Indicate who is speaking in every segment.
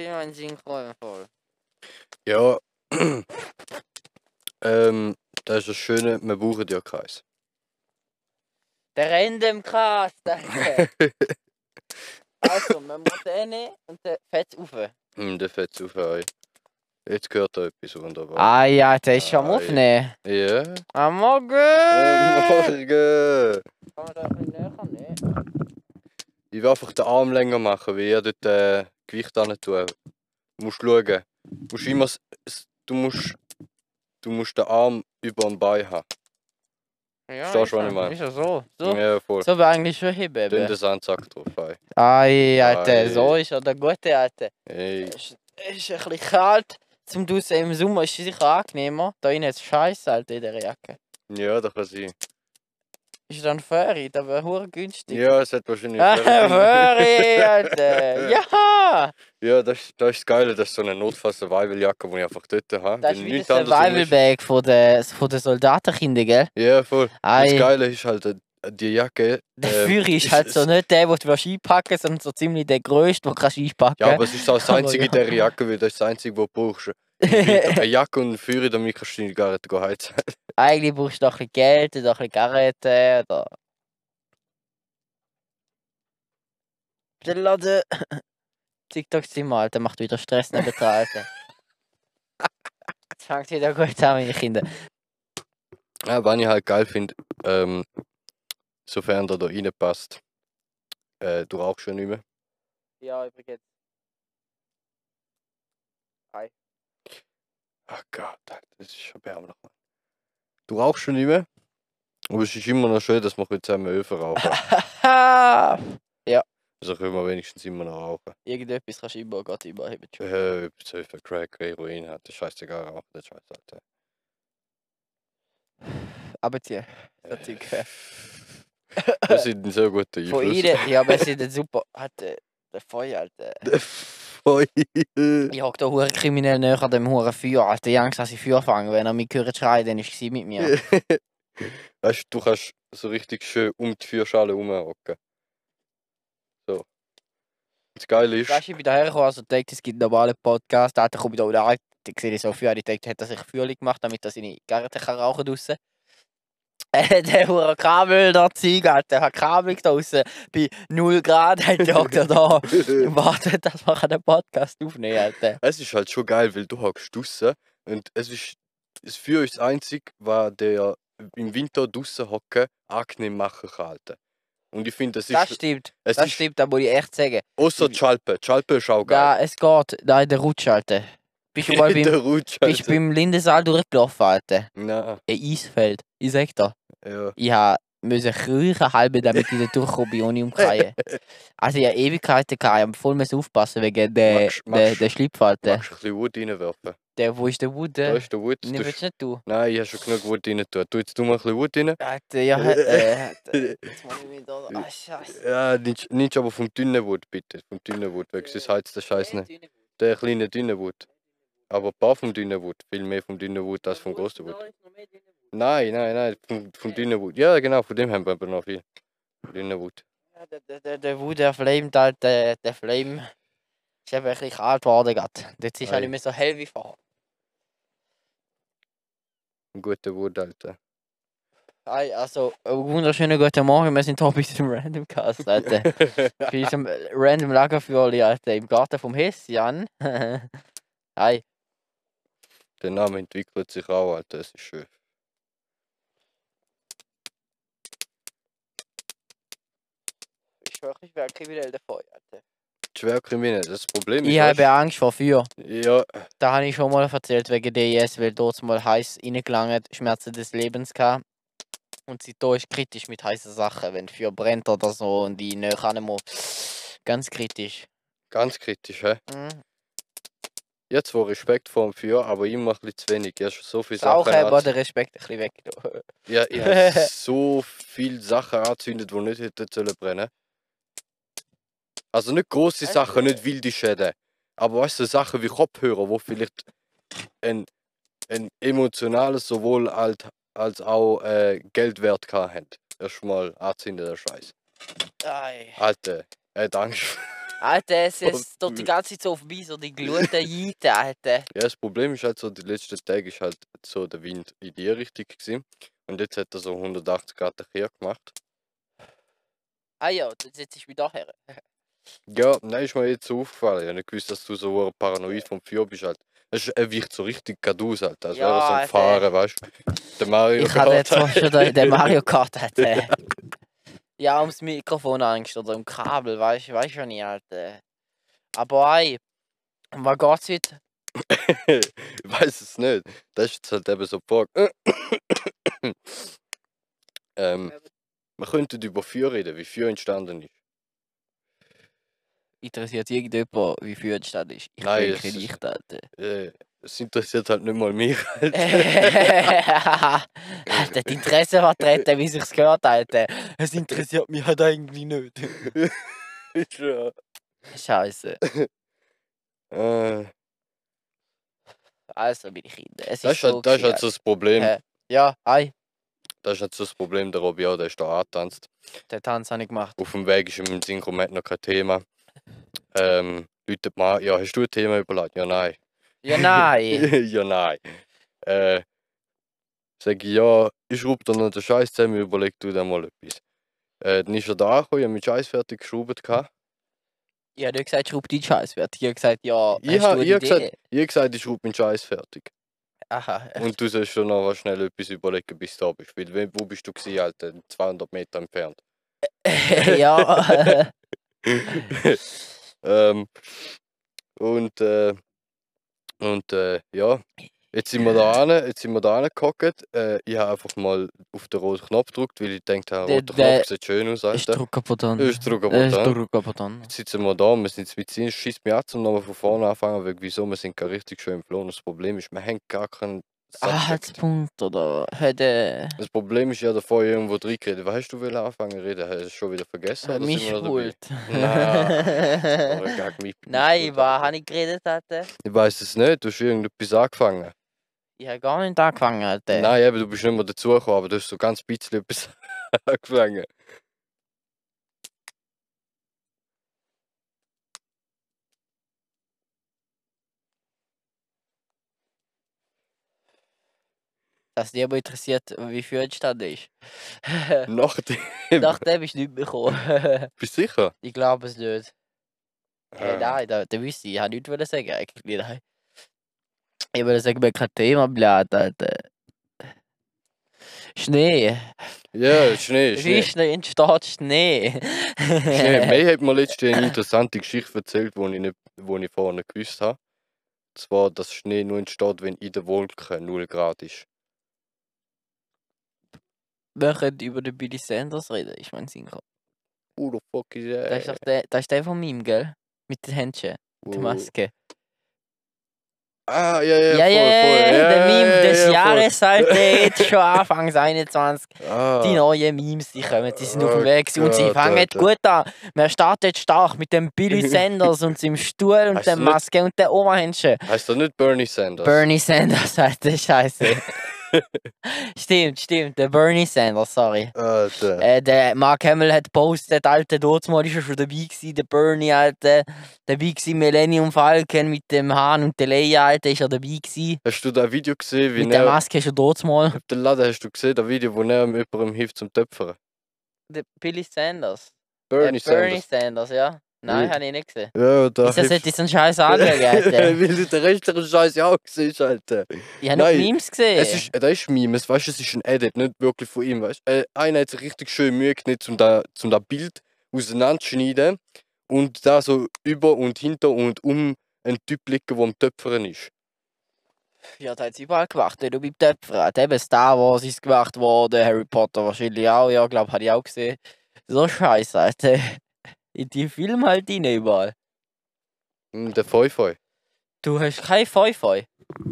Speaker 1: meinen Synchron voll.
Speaker 2: Ja. ähm, das ist das Schöne, wir brauchen ja Kreis.
Speaker 1: Der Random Cast, danke. also, man muss den nehmen und dann fährt rauf.
Speaker 2: Hm, der fährt zu frei. Jetzt gehört da etwas wunderbar.
Speaker 1: Ah ja, der ist schon am
Speaker 2: Ah, ja.
Speaker 1: Aufnehmen.
Speaker 2: Ja.
Speaker 1: Am Morgen!
Speaker 2: Guten Morgen!
Speaker 1: Kann man da ein bisschen näher nehmen?
Speaker 2: Ich will einfach den Arm länger machen, weil ich dort äh, Gewicht hin tue. Du musst schauen. Du musst immer. s- s- Du musst. Du musst den Arm über dem Bein haben.
Speaker 1: Ja,
Speaker 2: Verstehst du,
Speaker 1: ist
Speaker 2: was ich
Speaker 1: ja-
Speaker 2: meine?
Speaker 1: Ist ja so. So,
Speaker 2: Ja, voll.
Speaker 1: so wäre eigentlich schon heben.
Speaker 2: Dann
Speaker 1: eben.
Speaker 2: den Sandsack drauf. Ey.
Speaker 1: Ai, Alter,
Speaker 2: Ei.
Speaker 1: so ist er der gute Alte.
Speaker 2: Ey.
Speaker 1: Es es ist ein bisschen kalt. Zum Dusen im Sommer ist es sicher angenehmer. Da innen ist scheiße halt in der Jacke.
Speaker 2: Ja, das kann sein.
Speaker 1: Ist dann Furry, das wäre hure günstig.
Speaker 2: Ja, es hat wahrscheinlich.
Speaker 1: Ah,
Speaker 2: Fälle.
Speaker 1: Furry, Alter! Ja!
Speaker 2: ja, das ist das, ist das Geile, das ist so eine Notfall-Survival-Jacke, die ich einfach dort habe.
Speaker 1: Das
Speaker 2: weil
Speaker 1: ist wie der
Speaker 2: nichts anderes drin
Speaker 1: Survival Bag von den von den Soldatenkinder, gell?
Speaker 2: Ja, voll. Und Das
Speaker 1: Ei,
Speaker 2: Geile ist halt, äh, die Jacke.
Speaker 1: der
Speaker 2: ähm,
Speaker 1: Furry ist
Speaker 2: ist-
Speaker 1: halt so
Speaker 2: ist-
Speaker 1: nicht der, den du willst einpacken willst, sondern so ziemlich der größte, den du kannst einpacken
Speaker 2: Ja, aber es ist auch das
Speaker 1: Aber
Speaker 2: einzige
Speaker 1: ja.
Speaker 2: in dieser Jacke, weil das ist das einzige, was du brauchst. Eine Jacke und einen Führer, damit kannst du nicht gar nicht heizen.
Speaker 1: Eigentlich brauchst du noch ein bisschen Geld oder ein bisschen Garrete oder. Der Laden. TikTok Zimmer, Alter, macht wieder Stress neben der Alter. Das fängt wieder gut an, meine Kinder.
Speaker 2: Ja, was ich halt geil finde, ähm, sofern der da reinpasst, äh, du rauchst ja nicht mehr.
Speaker 1: Ja, übrigens.
Speaker 2: Ach Gott, Alter, das ist schon erbärmlich. Mann. Du rauchst schon nicht mehr, aber es ist immer noch schön, dass wir zusammen Öfen rauchen.
Speaker 1: Haha!
Speaker 2: Also können wir wenigstens immer noch rauchen.
Speaker 1: Irgendetwas kannst du über Gott überheben. schon.
Speaker 2: Äh, ob es Öfen, Crack, Heroin hat, das scheißegal, rauchen, das halt, scheiß Alter.
Speaker 1: Aber die. Das Zeug. äh,
Speaker 2: Das sind so gute
Speaker 1: Von ihnen. Ja, aber sie sind super. Hat äh, der Feuer, Alter.
Speaker 2: Von ihnen.
Speaker 1: Ich hock da hure kriminell näher an dem hure Feuer, Alter. Ich hab Angst, dass ich Feuer fange. Wenn er mich hört schreien, dann ist es mit mir.
Speaker 2: Weißt du, du kannst so richtig schön um die Feuerschale rumhocken. So. Das Geile ist,
Speaker 1: Weißt du, ich bin daher gekommen, also denkt, es gibt einen normalen Podcast. Da komme ich da wieder rein. Dann sehe ich so Feuer. Ich denke, hat er sich Feuer gemacht, damit er seine Gärte kann rauchen draussen. Äh, der hure Kabel da Zeug, Alter. Hat Kabel draussen. Bei 0 Grad hat der hockt er da. und Wartet, dass wir einen Podcast aufnehmen, Alter.
Speaker 2: es ist halt schon geil, weil du hockst draussen und es ist, das Feuer ist das Einzige, was der im Winter draussen hocken angenehm machen kann. Alter. Und ich finde, es
Speaker 1: Das
Speaker 2: ist,
Speaker 1: stimmt.
Speaker 2: es
Speaker 1: Das
Speaker 2: ist
Speaker 1: stimmt, da muss ich echt sagen.
Speaker 2: außer die Schalpe. Die Schalpe ist auch geil.
Speaker 1: Da, es geht. Da in der Rutsche, Alter. Bist du mal
Speaker 2: In
Speaker 1: beim
Speaker 2: der Rutsch,
Speaker 1: Bist
Speaker 2: Alter.
Speaker 1: beim Lindensaal durchgelaufen, Alter?
Speaker 2: Nein,
Speaker 1: Ein Eisfeld. Ich sag dir,
Speaker 2: ja.
Speaker 1: ich ha- musste kriechen halbe, damit ich da durchkomme, bin, ohne umkreien. Also ich habe Ewigkeiten gehabt, ich hab voll müssen aufpassen wegen der,
Speaker 2: Magst-
Speaker 1: der,
Speaker 2: magst-
Speaker 1: der Schlipfalter.
Speaker 2: Magst du ein bisschen Wut reinwerfen?
Speaker 1: Der, wo ist der
Speaker 2: Da
Speaker 1: Wude?
Speaker 2: ist der Wut.
Speaker 1: Ne, willst du nicht du?
Speaker 2: Nein, ich habe schon genug Wut rein tun. Tu jetzt du mal ein bisschen Wut rein.
Speaker 1: Alter, ja, äh, äh, jetzt muss ich mich da... Ah, scheiße.
Speaker 2: Ja, nimmst nimmst aber vom dünnen Wut, bitte. Vom dünnen Wut weg, sonst heizt der Scheiß nicht. Der kleine dünne Wut. Aber ein paar vom dünnen Wut. Viel mehr vom dünnen Wut als Ah, vom großen Wut.
Speaker 1: genau.
Speaker 2: Nein, nein, nein, vom, vom dünnen Wut. Ja, genau, von dem haben wir aber noch viel. Dünne Wut.
Speaker 1: Ja, der- der, der, der Wude, der Flame, da, der, der Flame... Ist eben ein bisschen kalt geworden gerade. Jetzt ist er
Speaker 2: Ei.
Speaker 1: nicht mehr so hell wie vorher.
Speaker 2: Ein guter Wut, Alter.
Speaker 1: Hi, also, äh, wunderschönen guten Morgen. Wir sind hier bei diesem Random Cast, Alter. bei diesem äh, Random Lagerfeuerli, Alter, im Garten vom Hessian. Hi.
Speaker 2: Der Name entwickelt sich auch, Alter. Das ist schön.
Speaker 1: Ich höre, ich wäre kriminell davon, Alter.
Speaker 2: Schwerkriminell, das Problem ist.
Speaker 1: Ich
Speaker 2: weißt
Speaker 1: habe Angst vor Feuer.
Speaker 2: du- Ja,
Speaker 1: Da habe ich schon mal erzählt wegen DES, weil dort mal heiß reingelangt, Schmerzen des Lebens gehabt. Und seitdem ist kritisch mit heißen Sachen, wenn Feuer brennt oder so und ich näher kann muss. Ganz kritisch.
Speaker 2: ganz kritisch, hä?
Speaker 1: Mhm.
Speaker 2: Jetzt zwar Respekt vor dem Feuer, aber immer ein bisschen zu wenig. Ich habe schon so viele
Speaker 1: Das auch
Speaker 2: Sachen
Speaker 1: aber
Speaker 2: ange-
Speaker 1: den Respekt ein bisschen weggenommen.
Speaker 2: Ja, ich habe so viele Sachen angezündet, die nicht hätten sollen brennen. Also nicht große
Speaker 1: Echt?
Speaker 2: Sachen, nicht wilde Schäden. Aber weißt du, so Sachen wie Kopfhörer, wo vielleicht ein, ein emotionales sowohl als, als auch äh, Geldwert hatten. Erstmal anzünden, der Scheiß.
Speaker 1: Ei.
Speaker 2: Alter, er hat Angst.
Speaker 1: Alter, es ist dort die ganze Zeit so auf mich, so die Gluten Jeiten, Alter.
Speaker 2: Ja, das Problem ist halt so, die letzten Tage ist halt so der Wind in die Richtung gewesen. Und jetzt hat er so 180 Grad hier gemacht.
Speaker 1: Ah ja, jetzt setze ich mich da her.
Speaker 2: Ja, nein, ist mir jetzt so aufgefallen. Ich habe nicht gewusst, dass du so paranoid vom Feuer bist. Halt. Es ist- Er wicht so richtig gerade aus, halt. als
Speaker 1: Ja,
Speaker 2: wäre er so am
Speaker 1: Alter.
Speaker 2: Fahren, weißt du? Der Mario
Speaker 1: Ich habe jetzt
Speaker 2: Kart.
Speaker 1: mal schon den, den Mario Kart äh. hatte. Ja, ums Mikrofon Angst oder um Kabel, weißt du, weißt du nicht, Alter. äh. Aber ei, um was geht's heute?
Speaker 2: ich weiß es nicht. Das ist jetzt halt eben so die Frage. ähm, man könnte über Feuer reden, wie Feuer entstanden ist.
Speaker 1: Interessiert irgendjemand, wie viel entstanden ist? Ich
Speaker 2: Nein,
Speaker 1: denke
Speaker 2: es ist-
Speaker 1: nicht, Alter.
Speaker 2: Äh, es interessiert halt nicht mal mich.
Speaker 1: Alter, die Interesse vertreten, wie sich's gehört, Alter. Es interessiert mich halt eigentlich nicht.
Speaker 2: ja.
Speaker 1: Scheiße.
Speaker 2: äh,
Speaker 1: Also, meine Kinder, es ist
Speaker 2: das ist
Speaker 1: so
Speaker 2: halt, das ist halt
Speaker 1: gewesen,
Speaker 2: so das Problem.
Speaker 1: Äh. Ja, ei,
Speaker 2: Das ist halt so das Problem, der Robby auch, der ist da angetanzt.
Speaker 1: den Tanz habe ich gemacht.
Speaker 2: Auf dem Weg ist ihm im Synchro, man hat noch kein Thema. Ähm, Leute, mal, ja, hast du ein Thema überlegt? Ja, nein.
Speaker 1: Ja, nein.
Speaker 2: ja, nein. Äh, sag ich, ja, ich schraube dir noch den Scheiß zusammen, überleg du dir mal etwas. Äh, dann ist er da angekommen, ich habe meinen Scheiß fertig geschraubt. gehabt.
Speaker 1: Ich habe nicht gesagt, schraub deinen Scheiß weg. Ich habe gesagt, ja,
Speaker 2: Ich
Speaker 1: hast
Speaker 2: hab-
Speaker 1: du eine
Speaker 2: ich hab
Speaker 1: Idee?
Speaker 2: gesagt- Ich habe gesagt, ich schraube meinen Scheiß fertig.
Speaker 1: Aha.
Speaker 2: Und du sollst schon noch schnell etwas überlegen, bis du da bist. Weil, we- wo bist du gewesen, Alter? 200 Meter entfernt.
Speaker 1: ja.
Speaker 2: ähm, und äh, und äh, ja, jetzt sind wir da hin, jetzt sind wir da hingehockt. Äh, ich habe einfach mal auf den roten Knopf gedrückt, weil ich gedacht habe,
Speaker 1: Der-
Speaker 2: roter
Speaker 1: der-
Speaker 2: Knopf sieht schön aus,
Speaker 1: Ich
Speaker 2: Alter. Äh,
Speaker 1: drücke Button.
Speaker 2: Ich drücke
Speaker 1: Ich
Speaker 2: aber
Speaker 1: drücke Button.
Speaker 2: Jetzt sitzen wir da, wir sind jetzt mit Zinn, schießt mich an, zum nochmal von vorne anfangen, weil wieso, wir sind gar richtig schön im Flow. Das Problem ist, wir haben gar keinen
Speaker 1: Ah, hat's
Speaker 2: Subject.
Speaker 1: Punkt oder hätte
Speaker 2: Das Problem ist, ich habe davor irgendwo drin geredet. Weißt du, will anfangen zu reden? Hast du es schon wieder vergessen? oder sind
Speaker 1: Äh, mich
Speaker 2: wir noch dabei?
Speaker 1: schuld.
Speaker 2: Nein. Oh, gag mich,
Speaker 1: Nein,
Speaker 2: Schuld,
Speaker 1: was
Speaker 2: Alter.
Speaker 1: habe ich geredet, Alter?
Speaker 2: Ich weiß es nicht, du hast irgendetwas angefangen.
Speaker 1: Ich habe gar nicht angefangen, Alter.
Speaker 2: Nein, eben, du bist nicht mehr dazugekommen, aber du hast so ganz bisschen etwas angefangen.
Speaker 1: Dass dich aber interessiert, wie viel entstanden ist.
Speaker 2: Nachdem.
Speaker 1: Nachdem ist nicht mehr gekommen.
Speaker 2: Bist du sicher?
Speaker 1: ich glaube es nicht. Hey,
Speaker 2: Äh,
Speaker 1: nein, da, da wüsste ich, ich wollte nichts wollen sagen eigentlich. Nein. Ich wollte sagen, wir haben kein Thema blöd, Alter. Schnee.
Speaker 2: Ja, Schnee,
Speaker 1: Wie
Speaker 2: Schnee.
Speaker 1: Schnee entsteht Schnee?
Speaker 2: Schnee. Mir hat mir letztens eine interessante Geschichte erzählt, die ich, nicht, wo ich vorher nicht gewusst habe. Und zwar, dass Schnee nur entsteht, wenn in der Wolke 0 Grad ist.
Speaker 1: Wir können über den Billy Sanders reden, ich mein Synchro.
Speaker 2: Oh, the fuck is that?
Speaker 1: Das ist doch der, das ist der von ihm, gell? Mit den Händchen,
Speaker 2: Uh.
Speaker 1: mit der Maske.
Speaker 2: Ah, ja, ja,
Speaker 1: Ja, ja,
Speaker 2: voll,
Speaker 1: ja,
Speaker 2: voll. Ja,
Speaker 1: der Meme
Speaker 2: ja,
Speaker 1: des
Speaker 2: ja, voll.
Speaker 1: Jahres, Alter, jetzt schon Anfang 21.
Speaker 2: Ah.
Speaker 1: Die neuen Memes, die kommen, die sind auf
Speaker 2: Oh
Speaker 1: dem Weg gewesen und sie
Speaker 2: Gott,
Speaker 1: fangen
Speaker 2: Alter.
Speaker 1: gut an. Man startet stark mit dem Billy Sanders und seinem Stuhl und
Speaker 2: Hast
Speaker 1: der
Speaker 2: du nicht-
Speaker 1: Maske und der Oberhändchen.
Speaker 2: Heißt doch nicht Bernie Sanders.
Speaker 1: Bernie Sanders, Alter, scheiße. stimmt, stimmt, der Bernie Sanders, sorry.
Speaker 2: Alter.
Speaker 1: Äh, der Mark Hamill hat gepostet, Alter, dort mal ist er schon dabei gewesen, der Bernie, Alter. Dabei gewesen, Millennium Falcon mit dem Hahn und der Leia, Alter, ist er dabei gewesen.
Speaker 2: Hast du das Video gesehen, wie ne-
Speaker 1: Mit der
Speaker 2: er
Speaker 1: Maske schon dort mal.
Speaker 2: auf den Laden hast du gesehen, das Video, wo er jemandem hilft zum Töpfern?
Speaker 1: Der Billy Sanders.
Speaker 2: Bernie
Speaker 1: äh, Bernie
Speaker 2: Sanders.
Speaker 1: Sanders, ja. Nein,
Speaker 2: Ui.
Speaker 1: habe ich nicht gesehen.
Speaker 2: Ja, da
Speaker 1: Ist das
Speaker 2: hilft-
Speaker 1: nicht so ein scheiß Anlage, Alter?
Speaker 2: Weil du den restlichen Scheiß ja auch siehst, Alter.
Speaker 1: Ich habe nur
Speaker 2: Nein.
Speaker 1: Memes gesehen.
Speaker 2: Es ist, das ist Meme, es, weißt, es ist ein Edit, nicht wirklich von ihm. Weißt. Äh, einer hat sich richtig schön Mühe genommen, um da, um da Bild auseinanderzuschneiden und da so über und hinter und um einen Typ liegen, der am Töpfern ist.
Speaker 1: Ja, das hat überall gemacht, nicht nur beim Töpfern. Hat eben Star Wars ist gemacht worden, Harry Potter wahrscheinlich auch, ja, glaube habe ich auch gesehen. So scheiße, Alter. In die Film halt rein überall.
Speaker 2: Hm, Der Feufeu.
Speaker 1: Du hast kein Feufeu.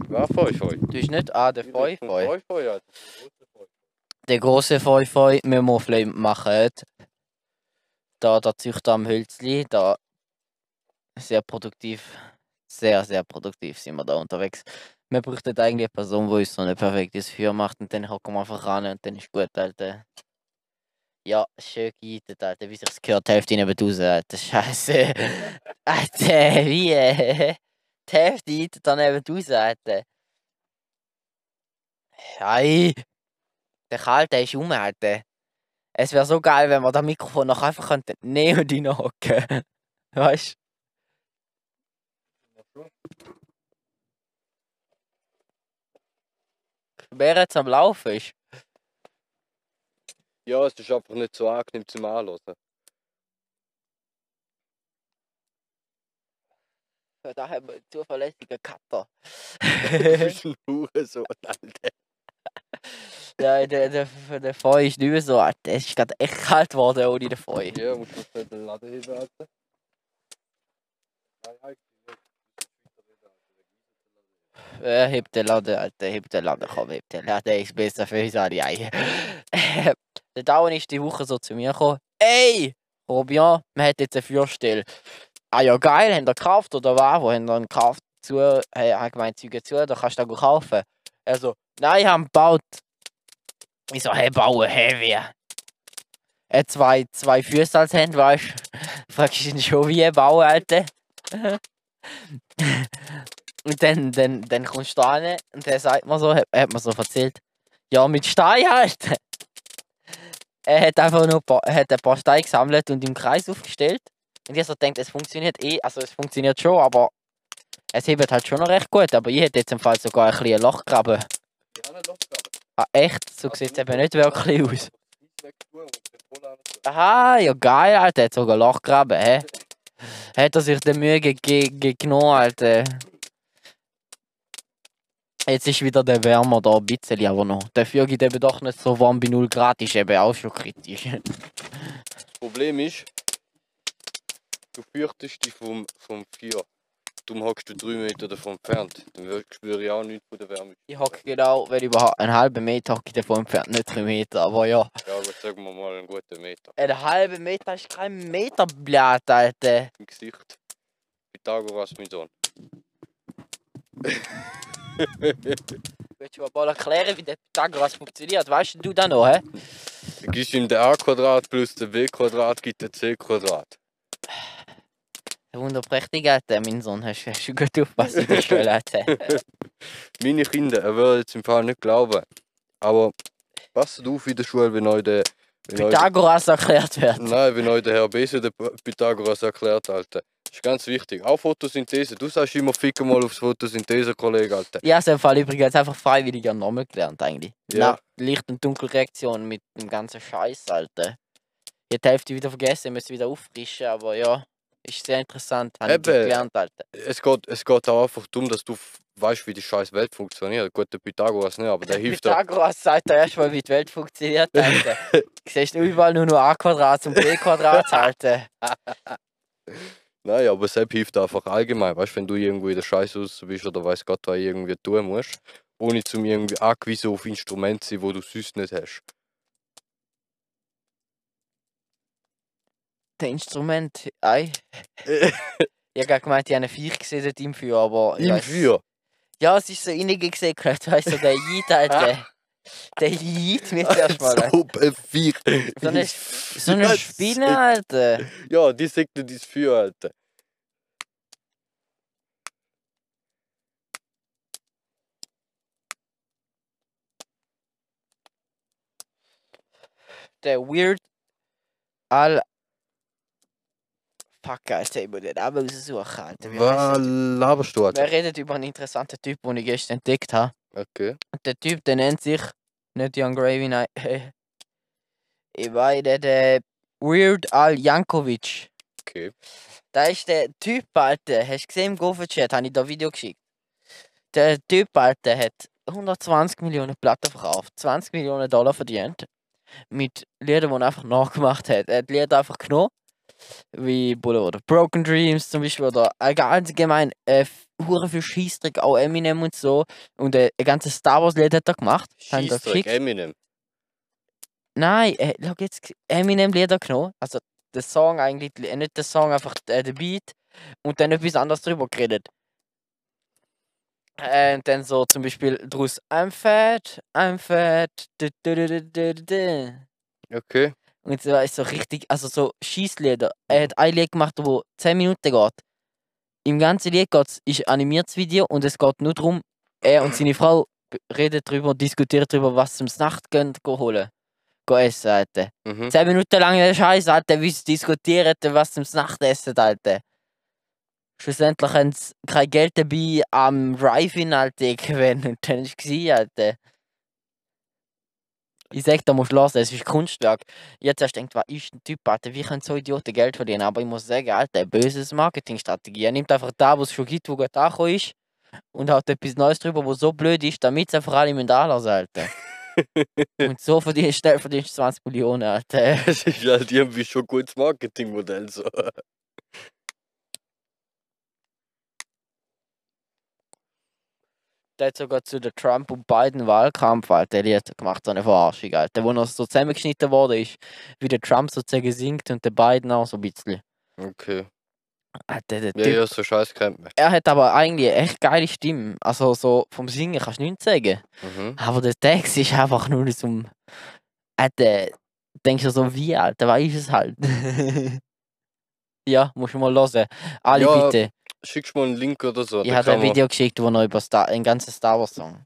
Speaker 2: Wer Feufeu?
Speaker 1: Du bist nicht ah, der Feufeu.
Speaker 2: Feufeu, ja.
Speaker 1: Der große Feufeu, wir müssen ihn machen. Da, da züchtet am Hölzli, da. Sehr produktiv. Sehr, sehr produktiv sind wir da unterwegs. Wir bräuchten eigentlich eine Person, die uns so ein perfektes Feuer macht und dann hocken wir einfach ran und dann ist gut, Alter. Ja, schön geeitert, Alter. Wie sich's gehört, die Hälfte neben raus, Alter. Scheiße. Alter, wie? äh, Die Hälfte eatet dann neben raus, Alter. Ei. Der Kalte ist um, Alter. Es wäre so geil, wenn wir das Mikrofon noch einfach könnten nehmen und reinhocken. Weißt du? Wer jetzt am Laufen ist?
Speaker 2: Ja, es ist einfach nicht so angenehm zum Anhören.
Speaker 1: Da haben wir einen zuverlässigen Cutter.
Speaker 2: Du bist ein Hurensohn, Alter.
Speaker 1: ja, der, der, der Feu ist nicht mehr so. Alter, Es ist gerade echt kalt geworden ohne den Feu.
Speaker 2: Ja, musst du noch den Laden heben, Alter.
Speaker 1: Äh, heb den Laden, Alter, heb den Laden, komm, heb den Laden, ist besser für uns alle. Ei. der Down ist die Woche so zu mir gekommen. Ey, Robian, man hat jetzt eine Führstelle. Ah ja, geil, habt ihr gekauft oder was? Wo habt ihr ihn gekauft? Zu, hey, ich meine, Züge zu, da kannst du das kaufen. Er so, nein, haben gebaut. Ich so, hey, bauen, hey, wie? Er hat zwei, zwei Füße als Hände, weißt du? Fragst du ihn schon, wie bauen, Alter? Und dann, dann, dann kommst du da rein und der sagt mir so, hat, hat mir so erzählt, ja, mit Stein halt. er hat einfach nur ein paar, er hat ein paar Steine gesammelt und im Kreis aufgestellt. Und ich so denkt, es funktioniert eh, also es funktioniert schon, aber es hebt halt schon noch recht gut. Aber ich hätte jetzt im Fall sogar ein kleines Loch graben.
Speaker 2: Ja, nicht abgaben.
Speaker 1: Ah, echt? So sieht es eben nicht wirklich aus. Aha, ja geil, Alter, hat sogar ein Loch graben, hä? Hat er sich die Mühe ge ge ge genommen, Alter. Jetzt ist wieder der Wärmer da ein bisschen, aber noch. Dafür geht eben doch nicht so warm bei 0 Grad, ist eben auch schon kritisch.
Speaker 2: Das Problem ist, du fürchtest dich vom, vom Feuer. Darum hockst du drei Meter davon entfernt. Dann wir- spüre ich auch nichts von der Wärme.
Speaker 1: Ich hocke genau, wenn überhaupt, einen halben Meter hocke ich davon entfernt, nicht 3 Meter, aber ja.
Speaker 2: Ja, aber sagen wir mal einen guten Meter.
Speaker 1: Einen halben Meter ist kein Meterblatt, Alter.
Speaker 2: Im Gesicht. Pythagoras, mein Sohn.
Speaker 1: Willst du mir mal erklären, wie der Pythagoras funktioniert? Weißt du das noch, hä?
Speaker 2: Du gibst ihm den A-Quadrat plus den B-Quadrat, gibt den C-Quadrat.
Speaker 1: Wunderprächtig, Alter, mein Sohn, hast hast du gut aufpassen in der Schule, Alter.
Speaker 2: Meine Kinder, er würde jetzt im Fall nicht glauben. Aber passt auf in der Schule, wenn euch der. Wenn euch,
Speaker 1: Pythagoras erklärt wird.
Speaker 2: nein, wenn euch der Herr Bese den P- Pythagoras erklärt, Alter. Das ist ganz wichtig. Auch Photosynthese. Du sagst immer, ficken mal aufs Photosynthese, Kollege, Alter.
Speaker 1: Ich habe im Fall übrigens einfach freiwillig an Namen gelernt, eigentlich.
Speaker 2: Ja.
Speaker 1: Na, Licht- und Dunkelreaktion mit dem ganzen Scheiß, Alter. Ich habe die Hälfte wieder vergessen, muss wieder auffrischen, aber ja, ist sehr interessant, habe ich
Speaker 2: Eben.
Speaker 1: gelernt, Alter.
Speaker 2: Es geht, es geht auch einfach darum, dass du f- weißt, wie die scheiß Welt funktioniert. Gut, der Pythagoras nicht, aber der hilft dir.
Speaker 1: Pythagoras sagt dir erstmal, wie die Welt funktioniert, Alter. du siehst überall nur noch a Quadrat und b Quadrat, Alter.
Speaker 2: Nein, aber Sepp hilft einfach allgemein. Weißt du, wenn du irgendwo in der Scheiße raus bist oder weiß Gott, was irgendwie tun musst, ohne zum irgendwie angewiesen auf Instrumente zu sein, wo du sonst nicht hast.
Speaker 1: Das Instrument, ei. Ich habe gemeint, ich habe einen Viech gesehen dort im Feuer, aber... ich
Speaker 2: Im
Speaker 1: weiss-
Speaker 2: Feuer.
Speaker 1: Ja, es ist so reingesickert, weißt du, der Jid, Alter. der Jid mit erstmal. Alter.
Speaker 2: Ah. So ein Viech.
Speaker 1: So eine, so eine Spinne, Alter.
Speaker 2: Ja, die sagt dir dein Feuer, Alter.
Speaker 1: Der Weird Al. Fuck, Alter, ich muss den Namen raussuchen, Alter. Wie
Speaker 2: Was
Speaker 1: heisst
Speaker 2: laberst du,
Speaker 1: er? Wir
Speaker 2: Alter?
Speaker 1: reden über einen interessanten Typ, den ich gestern entdeckt habe.
Speaker 2: Okay.
Speaker 1: Und der Typ, der nennt sich. Nicht Young Gravy, nein. ich meine, der Weird Al Jankovic.
Speaker 2: Okay.
Speaker 1: Da ist der Typ, Alter. Hast du gesehen im Gofenchat? Habe ich da Video geschickt. Der Typ, Alter, hat 120 Millionen Platten verkauft, 20 Millionen Dollar verdient. Mit Liedern, die er einfach nachgemacht hat. Er hat Lieder einfach genommen. Wie Bullet oder Broken Dreams zum Beispiel. Oder äh, ganz allgemein, äh, hure viel Scheißdreck, auch Eminem und so. Und äh, ein ganzes Star Wars Lied hat er gemacht. Haben da
Speaker 2: Scheissdreck,
Speaker 1: geschickt.
Speaker 2: Eminem.
Speaker 1: Nein, äh, schau jetzt, Eminem Lieder genommen, also der Song eigentlich, die Lie- nicht der Song, einfach äh, der Beat und dann etwas anderes drüber geredet. Äh, Und dann so zum Beispiel draus I'm fat, I'm fat, du, du, du, du, du, du.
Speaker 2: Okay.
Speaker 1: Und zwar ist so richtig, also so Schießlieder. Er hat ein Lied gemacht, wo 10 Minuten geht. Im ganzen Lied geht's, ist ein animiertes Video und es geht nur darum, er und seine Frau b- reden darüber und diskutieren darüber, was sie ums Nacht gehen, go holen. Go essen, Alter.
Speaker 2: Mhm.
Speaker 1: 10 Minuten lang der Scheiß, Alter, wie sie diskutieren, was sie ums Nacht essen, Alter. Schlussendlich haben sie kein Geld dabei am Drive-In, Alter, gewesen. Und dann war es, gewesen, Alter. Ich sag, da musst du hören, es ist Kunstwerk. Jetzt hast du gedacht, was ist ein Typ, Alter, wie können so Idioten Geld verdienen? Aber ich muss sagen, Alter, böses Marketingstrategie. Er nimmt einfach da, was es schon gibt, wo gut angekommen ist, und haut etwas Neues drüber, wo so blöd ist, damit es einfach alle mit anlassen, Alter. und so verdienst schnell verdienst du 20 Millionen, Alter.
Speaker 2: Es ist halt irgendwie schon ein gutes Marketingmodell. So.
Speaker 1: Der hat sogar zu der Trump- und Biden-Wahlkampf, Alter, ein Lied gemacht, so eine Verarschung, Alter, wo noch so zusammengeschnitten worden ist, wie der Trump sozusagen singt und der Biden auch so ein bisschen.
Speaker 2: Okay.
Speaker 1: Alter, der
Speaker 2: Ja,
Speaker 1: Typ,
Speaker 2: ja, so scheiß kennt man.
Speaker 1: er hat aber eigentlich eine echt geile Stimme. Also so vom Singen kannst du nichts sagen.
Speaker 2: Mhm.
Speaker 1: Aber der Text ist einfach nur zum. Alter, denkst du so, wie, Alter, was ist es halt? ja, musst du mal hören. Alle
Speaker 2: Ja,
Speaker 1: bitte.
Speaker 2: Schickst mal einen Link oder so.
Speaker 1: Ich
Speaker 2: dann
Speaker 1: habe
Speaker 2: kann
Speaker 1: ein
Speaker 2: man-
Speaker 1: Video geschickt, wo noch über Star, ein ganzes Star Wars Song.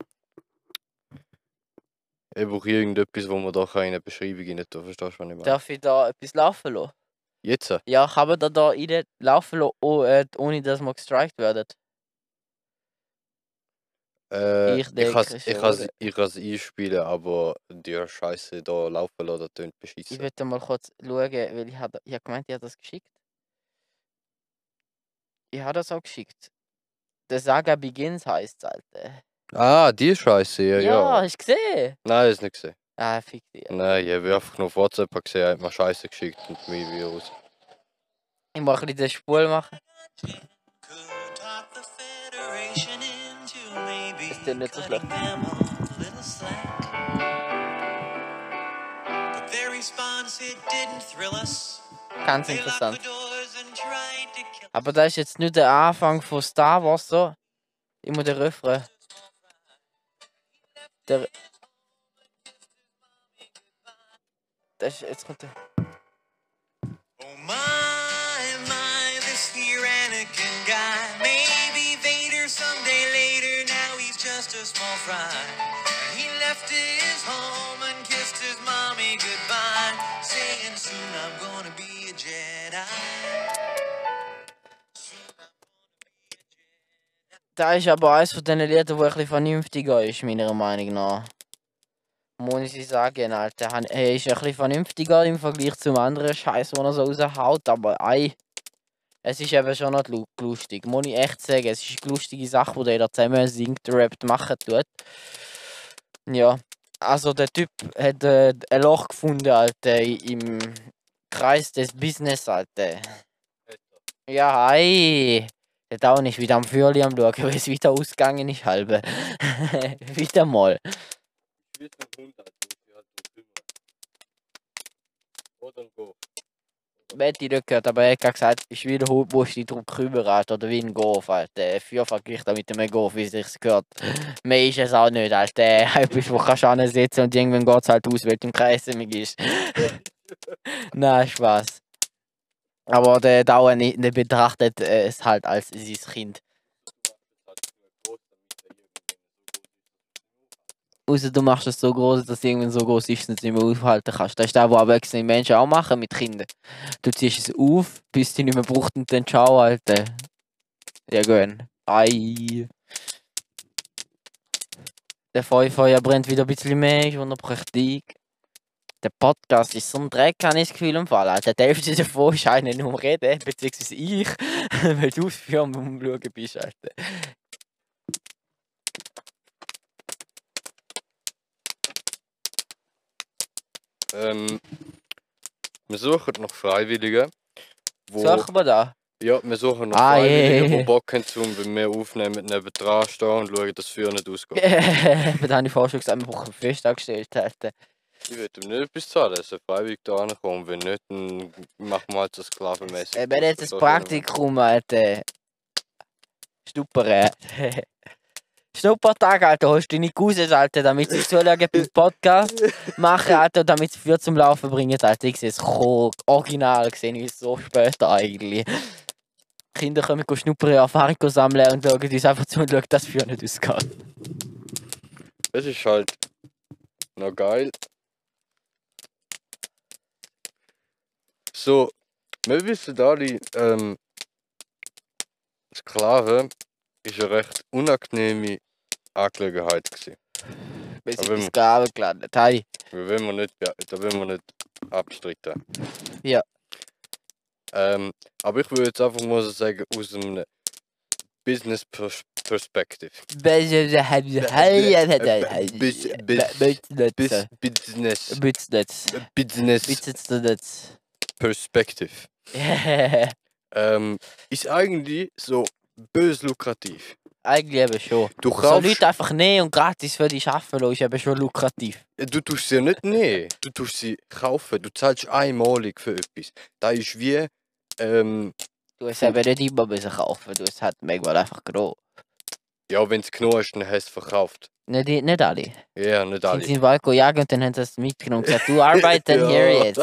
Speaker 2: Ich brauche irgendetwas, wo man da in eine Beschreibung rein tun Verstehst du, was ich meine?
Speaker 1: Darf ich da etwas laufen lassen?
Speaker 2: Jetzt? äh,
Speaker 1: Ja, ich habe da da rein laufen lassen, oh, äh, ohne dass wir gestrikt werden.
Speaker 2: Äh,
Speaker 1: Ich
Speaker 2: ich
Speaker 1: denke
Speaker 2: kann's- ich
Speaker 1: schon,
Speaker 2: kann's-
Speaker 1: oder?
Speaker 2: ich kann es einspielen, aber die Scheiße da laufen lassen, das tönt
Speaker 1: Ich
Speaker 2: beschissen.
Speaker 1: würde mal kurz schauen, weil ich habe ich hab gemeint, ich habe das geschickt. Ich habe das auch geschickt. Der Saga Begins heißt Alter.
Speaker 2: Ah, die Scheiße, ja,
Speaker 1: Ja,
Speaker 2: ja.
Speaker 1: hast du gesehen?
Speaker 2: Nein, ist nicht gesehen.
Speaker 1: Ah, fick dich.
Speaker 2: Nein, ich habe einfach nur auf WhatsApp gesehen, er hat mir Scheiße geschickt und mein Virus.
Speaker 1: Ich muss ein bisschen den Spul machen.
Speaker 3: Could talk the Federation into maybe
Speaker 1: Ist denn nicht so
Speaker 3: cutting
Speaker 1: schlecht.
Speaker 3: them a little slack. But their response, it didn't thrill us.
Speaker 1: Ganz
Speaker 3: They locked
Speaker 1: interessant.
Speaker 3: the doors and tried to kill
Speaker 1: Aber das ist jetzt nicht der Anfang von Star Wars so. Ich muss den Refrain. Der... Das ist, jetzt kommt der...
Speaker 3: Oh my, my, this here Anakin guy. Maybe Vader someday later, now he's just a small fry. He left his home and kissed his mommy goodbye, saying, Soon I'm gonna be a Jedi.
Speaker 1: Das ist aber eines von diesen Liedern, wo ein bisschen vernünftiger ist, meiner Meinung nach. Muss ich sagen, Alter. Han- Er ist ein bisschen vernünftiger im Vergleich zum anderen Scheiß, den er so raushaut, aber ei. Es ist eben schon nicht lu- lustig. Muss ich echt sagen, es ist eine lustige Sache, die jeder zusammen singt, rappt, machen tut. Ja. Also der Typ hat äh, ein Loch gefunden, Alter, im Kreis des Business, Alter. Ja, ei. Der Down ist wieder am Fürli am Schauen, weil es wieder ausgegangen ist, halbe. wieder mal.
Speaker 2: halt
Speaker 1: Man hat ihn nicht gehört, aber er hat gerade gesagt, ist wie der Hund, wo ist die Druck rüberrascht oder wie ein Golf, Alter. Äh, Vier vergleicht mit einem Golf, wie es sich gehört. Mehr ist es auch nicht, Alter. Etwas, wo kannst du ansetzen und irgendwann geht es halt aus, weil du im Kreis mich ist. Nein, Spaß. Aber der Dauer nicht, der betrachtet äh, es halt als sein Kind. Außer du machst es so groß, dass es irgendwann so groß ist, dass du es nicht mehr aufhalten kannst. Das ist das, was erwachsene Menschen auch machen mit Kindern. Du ziehst es auf, bis du nicht mehr brauchst und dann schau, Alter. Ja, gönn. Ei. Der Feuerfeuer brennt wieder ein bisschen mehr, ist unterbrechtig. Der Podcast ist so ein Dreck, habe ich das Gefühl, im Fall. Alter, der Hälfte davon ist einer nur am Reden, beziehungsweise ich, weil du für am Umschauen bist, Alter.
Speaker 2: Ähm, wir suchen noch Freiwillige. Wo,
Speaker 1: Suchen wir da.
Speaker 2: Ja, wir suchen noch
Speaker 1: Ah, je,
Speaker 2: Freiwillige,
Speaker 1: je,
Speaker 2: die
Speaker 1: je.
Speaker 2: Bock haben, um, wenn wir aufnehmen, nebenan stehen und schauen, dass das Feuer nicht ausgeht.
Speaker 1: das habe ich vorher schon gesagt, wir brauchen Festangestellte, Alter.
Speaker 2: Ich würde ihm nicht etwas zahlen, er soll freiwillig da ankommen. Wenn nicht, dann machen wir halt so sklavenmäßig.
Speaker 1: Eben jetzt das
Speaker 2: Das ist auch schon-
Speaker 1: Praktikum, Alter. Stuppere. Super Tag, Alter. Holst deine Cousins, Alter, damit sie zulegen beim Podcast machen, Alter, und damit sie für zum Laufen bringen, Alter. Ich sehe es kommt. Original gesehen, wie so später eigentlich. Kinder können go schnuppern, Erfahrung go sammeln und schauen uns einfach zu und schauen, dass für nicht ausgeht.
Speaker 2: Es ist halt noch geil. So, wir wissen alle, ähm, Sklaven ist eine recht unangenehme Angelegenheit. Gewesen.
Speaker 1: Wir sind
Speaker 2: Aber
Speaker 1: bis
Speaker 2: im-
Speaker 1: Graben gelandet. Hey,
Speaker 2: Da will man nicht, ja, da will man nicht abstreiten.
Speaker 1: Ja.
Speaker 2: Ähm, aber ich würde jetzt einfach mal so sagen, aus einem Business Pers Perspective. Bis- bis- Bis
Speaker 1: Bitznetz.
Speaker 2: Business
Speaker 1: Bitznetz.
Speaker 2: Business
Speaker 1: Bitznetz.
Speaker 2: Perspective. Ähm, ist eigentlich so böse lukrativ.
Speaker 1: Eigentlich eben schon.
Speaker 2: Du
Speaker 1: So
Speaker 2: kaufst,
Speaker 1: Leute einfach nehmen und gratis für dich arbeiten lassen, ist eben schon lukrativ.
Speaker 2: du tust sie ja nicht nehmen, du tust sie kaufen, du zahlst einmalig für etwas. Da ist wie, ähm,
Speaker 1: Du hast eben nicht immer müssen kaufen, du hast halt manchmal einfach genommen.
Speaker 2: ja, wenn es genommen ist, dann hast du es verkauft.
Speaker 1: Nicht, nicht alle.
Speaker 2: Ja, nicht
Speaker 1: Sind sie
Speaker 2: alle.
Speaker 1: in den Wald gegangen und dann haben sie es mitgenommen und gesagt, du arbeitest
Speaker 2: Ja.
Speaker 1: hier jetzt.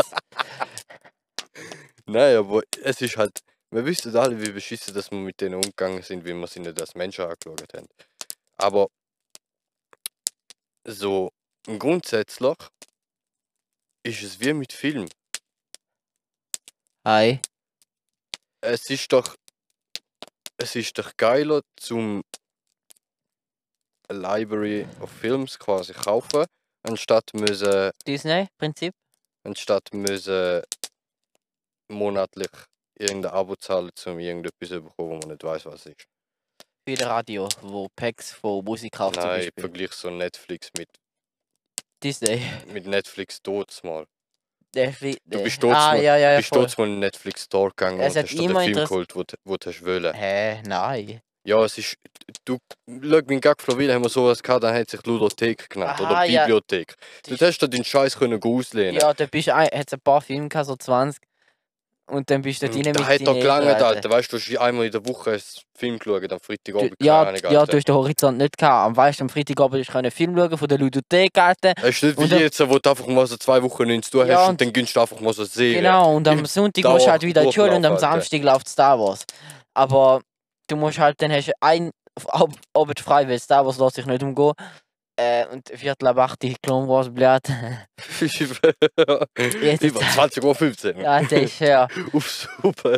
Speaker 2: Nein, aber es ist halt, wir wissen alle, wie beschissen, dass wir mit denen umgegangen sind, wie wir sie nicht als Menschen angeschaut haben. Aber so grundsätzlich ist es wie mit Film.
Speaker 1: Hi.
Speaker 2: es ist doch es ist doch geiler zum eine Library of Films quasi kaufen anstatt müssen
Speaker 1: Disney-Prinzip?
Speaker 2: anstatt müssen monatlich irgendein Abo zahlen zum irgendetwas zu bekommen, wo man nicht weiß was es ist.
Speaker 1: Viel Radio, wo Packs von Musik kauft zum
Speaker 2: Nein, ich
Speaker 1: Beispiel.
Speaker 2: vergleiche so Netflix mit
Speaker 1: Disney.
Speaker 2: mit Netflix dort mal.
Speaker 1: Der Fi-
Speaker 2: Du
Speaker 1: der-
Speaker 2: bist stolz,
Speaker 1: Ah,
Speaker 2: Mann.
Speaker 1: ja, ja, ja.
Speaker 2: Bist du
Speaker 1: voll.
Speaker 2: dort mal in den Netflix Store gegangen
Speaker 1: Es
Speaker 2: und
Speaker 1: hat
Speaker 2: hast dir den
Speaker 1: immer
Speaker 2: Film
Speaker 1: Interess-
Speaker 2: geholt, wo du- wo du hast wollen?
Speaker 1: Hä, nein.
Speaker 2: Ja, es ist. Du, schau, mein Gag Flawil haben wir sowas gehabt, dann hat sich Ludothek genannt
Speaker 1: Aha,
Speaker 2: oder
Speaker 1: ja.
Speaker 2: Bibliothek.
Speaker 1: Das-
Speaker 2: Du hast da deinen Scheiß können go auslehnen.
Speaker 1: Ja, da bist du ein, hat's ein paar Filme gehabt, so 20. Und dann bist du dort rein
Speaker 2: Mhm. da
Speaker 1: mit
Speaker 2: hat doch
Speaker 1: deinen
Speaker 2: gelangt,
Speaker 1: Eltern,
Speaker 2: Alter. Weißt du, du hast einmal in der Woche einen Film geschaut, am Freitagabend.
Speaker 1: Du, ja,
Speaker 2: keine Ahnung,
Speaker 1: ja,
Speaker 2: Alter.
Speaker 1: du hast den Horizont nicht gehabt. Am weißt am Freitagabend hast du einen Film schauen von der Ludothek, Alter.
Speaker 2: Es ist nicht wie
Speaker 1: Und dann-
Speaker 2: jetzt, wo du einfach mal so zwei Wochen nichts zu tun
Speaker 1: Ja,
Speaker 2: hast
Speaker 1: und-
Speaker 2: und dann gönnst du einfach mal so eine Serie.
Speaker 1: Genau, und am
Speaker 2: Im
Speaker 1: Sonntag musst du halt wieder in die Schule und am
Speaker 2: Dauerdurchlauf, Alter.
Speaker 1: Samstag läuft Star Wars. Aber du musst halt, dann hast du ein Ab- Abend frei, weil Star Wars lässt sich nicht umgehen. Äh, und Viertel ab 8 die Clone Wars bleibt. Jetzt-
Speaker 2: Über 20.15 Uhr.
Speaker 1: ja, das ist ja.
Speaker 2: Uff, super.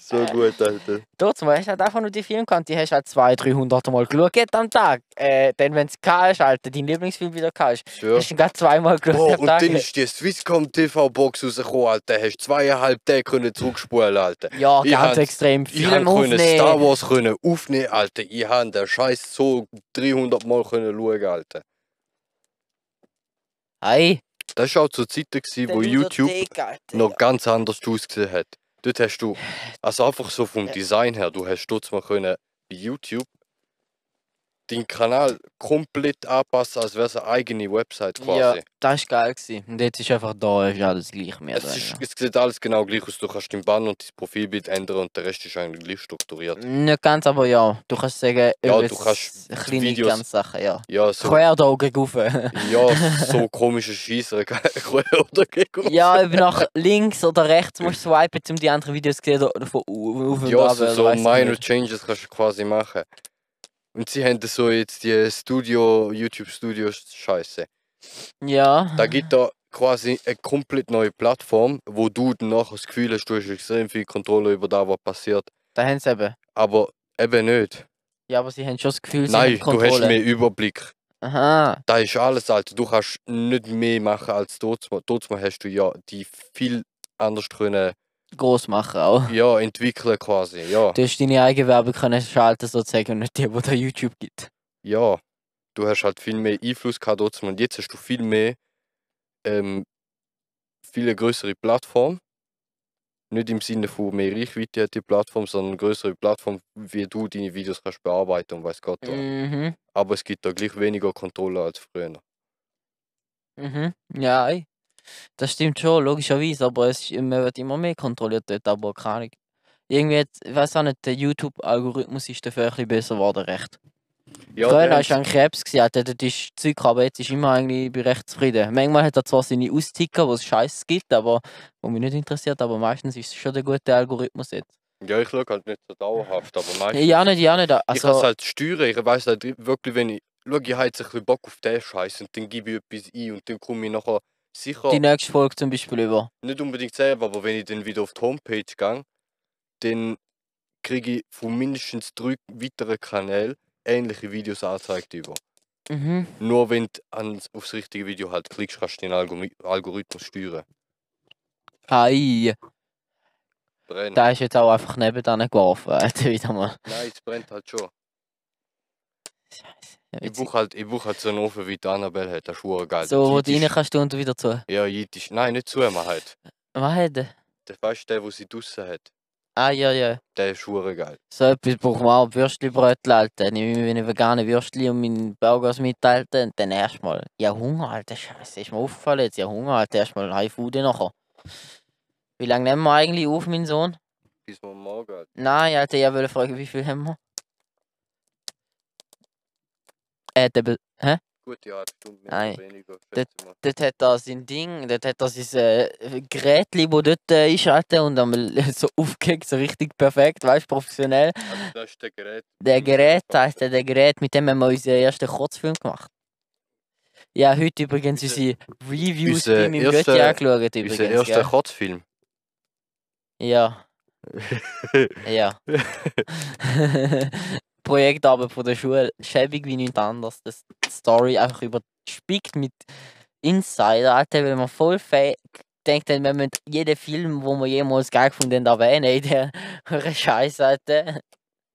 Speaker 2: so gut, Alter.
Speaker 1: Dort mal hast du halt einfach nur die Filme gehabt, die hast du halt 200, 300 Mal geschaut am Tag. Äh, dann, wenn es hast, Alter, dein Lieblingsfilm wieder gehabt hast,
Speaker 2: Sure.
Speaker 1: hast du ihn gerade zweimal geschaut
Speaker 2: Boah,
Speaker 1: am
Speaker 2: und
Speaker 1: Tag.
Speaker 2: dann ist die Swisscom TV-Box rausgekommen, Alter. Hast zweieinhalb Tage können zurückspulen, Alter.
Speaker 1: ja,
Speaker 2: ich
Speaker 1: ganz
Speaker 2: hab-
Speaker 1: extrem.
Speaker 2: Ich
Speaker 1: Film
Speaker 2: han können Star
Speaker 1: aufnehmen.
Speaker 2: Wars können aufnehmen, Alter. Ich han den Scheiß so 300 Mal können schauen, Alter.
Speaker 1: Hey,
Speaker 2: Das war auch zur Zeit, gewesen, wo
Speaker 1: der
Speaker 2: YouTube
Speaker 1: Ludothek, Alter.
Speaker 2: noch ganz anders ausgesehen hat. Dort hast du, also einfach so vom
Speaker 1: Ja.
Speaker 2: Design her, du hast dort mal können bei YouTube deinen Kanal komplett anpassen, als wäre es eine eigene Website quasi.
Speaker 1: Ja, das war geil. Gewesen. Und jetzt ist einfach da, ist alles gleich mehr
Speaker 2: Es,
Speaker 1: drin.
Speaker 2: ist, es sieht alles genau gleich aus. Du kannst den Banner und das Profilbild ändern und der Rest ist eigentlich gleich strukturiert.
Speaker 1: Nicht ganz, aber ja, du kannst sagen,
Speaker 2: Ja,
Speaker 1: übrigens
Speaker 2: du kannst
Speaker 1: kleine
Speaker 2: Videos-
Speaker 1: ganz Sachen, ja.
Speaker 2: Ja, so,
Speaker 1: Quer da oben rauf.
Speaker 2: ja, so komische Schießer oder gegen
Speaker 1: Ja, ob nach links oder rechts musst du swipen, um die anderen Videos zu sehen. Oder von au- auf und
Speaker 2: Ja,
Speaker 1: runter,
Speaker 2: so,
Speaker 1: oder
Speaker 2: so
Speaker 1: weiss ich
Speaker 2: minor
Speaker 1: nicht.
Speaker 2: Changes kannst du quasi machen. Und sie haben so jetzt die Studio, YouTube Studio Scheiße.
Speaker 1: Ja.
Speaker 2: Da gibt da quasi eine komplett neue Plattform, wo du dann nachher das Gefühl hast, du hast extrem viel Kontrolle über das, was passiert.
Speaker 1: Da haben sie eben.
Speaker 2: Aber eben nicht.
Speaker 1: Ja, aber sie haben schon das Gefühl, sie
Speaker 2: Nein,
Speaker 1: haben
Speaker 2: du hast
Speaker 1: Kontrolle.
Speaker 2: mehr Überblick.
Speaker 1: Aha.
Speaker 2: Da ist alles, Alter. Du kannst nicht mehr machen als dort. Dort hast du ja die viel anders können,
Speaker 1: Gross machen auch.
Speaker 2: ja, entwickeln quasi. Ja,
Speaker 1: Du hast deine eigene Werbung können schalten sozusagen und nicht die, die da YouTube gibt.
Speaker 2: ja. Du hast halt viel mehr Einfluss gehabt dort. Und jetzt hast du viel mehr, ähm, viel größere Plattform. Nicht im Sinne von mehr Reichweite hat die Plattform, sondern eine größere Plattform, wie du deine Videos kannst bearbeiten und weiß Gott. was.
Speaker 1: Mhm.
Speaker 2: Aber es gibt da gleich weniger Kontrolle als früher.
Speaker 1: Mhm. Ja, ey. Das stimmt schon, logischerweise, aber es ist, man wird immer mehr kontrolliert dort, aber keine Ahnung. irgendwie, jetzt, ich weiß auch nicht, der YouTube-Algorithmus ist dafür ein bisschen besser geworden, recht.
Speaker 2: Ja,
Speaker 1: Früher
Speaker 2: die
Speaker 1: hast du
Speaker 2: haben's-
Speaker 1: einen Krebs gesagt, dort ist Zeug, gehabt, aber jetzt ist immer eigentlich bin ich recht zufrieden. Manchmal hat er zwar seine Austicker, wo es Scheiß gibt, aber wo mich nicht interessiert, aber meistens ist es schon der gute Algorithmus jetzt.
Speaker 2: ja, ich schaue halt nicht so dauerhaft, aber meistens.
Speaker 1: Ja, nicht, ja, nicht.
Speaker 2: ich kann es
Speaker 1: Also,
Speaker 2: halt steuern. Ich weiß halt wirklich, wenn ich. Schau, ich habe jetzt ein bisschen Bock auf den Scheiß und dann gebe ich etwas ein und dann komme ich nachher sicher.
Speaker 1: die nächste Folge zum Beispiel über.
Speaker 2: nicht unbedingt selber, aber wenn ich dann wieder auf die Homepage gehe, dann kriege ich von mindestens drei weiteren Kanälen ähnliche Videos angezeigt über.
Speaker 1: Mhm.
Speaker 2: Nur wenn du ans, aufs richtige Video halt klickst, kannst du den Algori Algorithmus steuern.
Speaker 1: Ei,
Speaker 2: Brennt.
Speaker 1: da ist jetzt auch einfach nebenan geworfen, Alter, wieder mal.
Speaker 2: Nein, es brennt halt schon.
Speaker 1: Scheiße.
Speaker 2: Ich brauche halt, ich brauch halt so einen Ofen, wie die Annabelle hat. Das halt. ist verdammt geil.
Speaker 1: So, wo du
Speaker 2: Jiddisch-
Speaker 1: rein kannst du und wieder zu.
Speaker 2: Ja, jiddisch. Nein, nicht zu ihm halt.
Speaker 1: Was hat er?
Speaker 2: Der, weißt du, der, wo sie draussen hat,
Speaker 1: Ah, ja, ja.
Speaker 2: der ist verdammt geil.
Speaker 1: So etwas braucht man auch. Würstchenbrötchen, Alter. Nehme ich meine veganen Würstchen und meinen Burgers mit, Alter. Und dann erstmal. Ja, Hunger, Alter. Scheiße, ist mir aufgefallen jetzt. Ja, Hunger, Alter. Erstmal High Food nachher. Wie lange nehmen wir eigentlich auf, mein Sohn?
Speaker 2: Bis morgen Morgen. halt. Alter.
Speaker 1: Nein, Alter, ich wollte fragen, wie viel haben wir? Äh, der, Be-
Speaker 2: Gute halbe Stunde mehr
Speaker 1: Nein.
Speaker 2: oder weniger.
Speaker 1: Das-
Speaker 2: schätze ich mal.
Speaker 1: dort hat er sein Ding, dort hat er sein äh, Gerät, wo dort äh, ist, Alter. Und einmal so aufgehängt, so richtig perfekt, weißt du, professionell.
Speaker 2: Also, das ist der Gerät.
Speaker 1: Der
Speaker 2: Unser
Speaker 1: Gerät,
Speaker 2: Vater.
Speaker 1: heisst der, der Gerät, mit dem haben wir unseren ersten Kurzfilm gemacht. Ja, heute übrigens
Speaker 2: Unser-
Speaker 1: unsere Reviews
Speaker 2: unser
Speaker 1: bei meinem Götti
Speaker 2: erster-
Speaker 1: angeschaut übrigens.
Speaker 2: Unser erster
Speaker 1: gell?
Speaker 2: Kotzfilm.
Speaker 1: Ja. ja. Projektarbeit von der Schule, schäbig wie nichts anderes. Das die Story einfach überspickt mit Insider, Alter, weil man voll fa- denkt, wir müssen jeden Film, wo wir jemals geil gefunden haben, erwähnen in der Scheiße, Alter.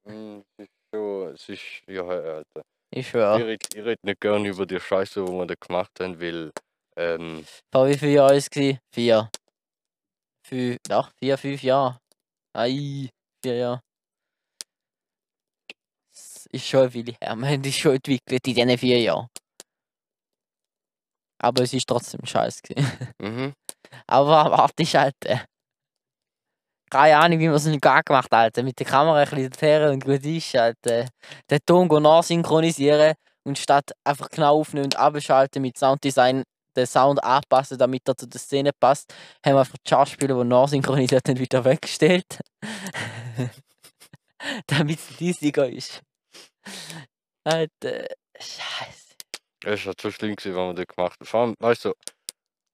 Speaker 2: Mm, es ist schon, es ist, ja, äh, Alter.
Speaker 1: Ich schwöre.
Speaker 2: Ich rede ich red nicht gerne über die Scheiße, die wir da gemacht haben, weil, ähm,
Speaker 1: Vor wie vielen Jahren war es? gewesen? Vier. Fünf, ja, vier, fünf Jahre. Ei, vier Jahre. Es ist schon viel her. Wir haben uns schon entwickelt in diesen vier Jahren. Aber es war trotzdem scheiße. gewesen.
Speaker 2: mhm.
Speaker 1: Aber warte, Alter. Keine Ahnung, wie wir es nicht gar gemacht Alter. Mit der Kamera ein bisschen her und gut ist, Alter. Den Ton go nachsynchronisieren und statt einfach genau aufnehmen und abschalten mit Sounddesign den Sound anpassen, damit er zu der Szene passt, haben wir einfach die Schauspieler, die nachsynchronisiert haben, wieder weggestellt. damit es leisiger ist. Alter, Scheiße.
Speaker 2: Es war so schlimm, gewesen, was wir da gemacht haben. Vor allem, weißt du,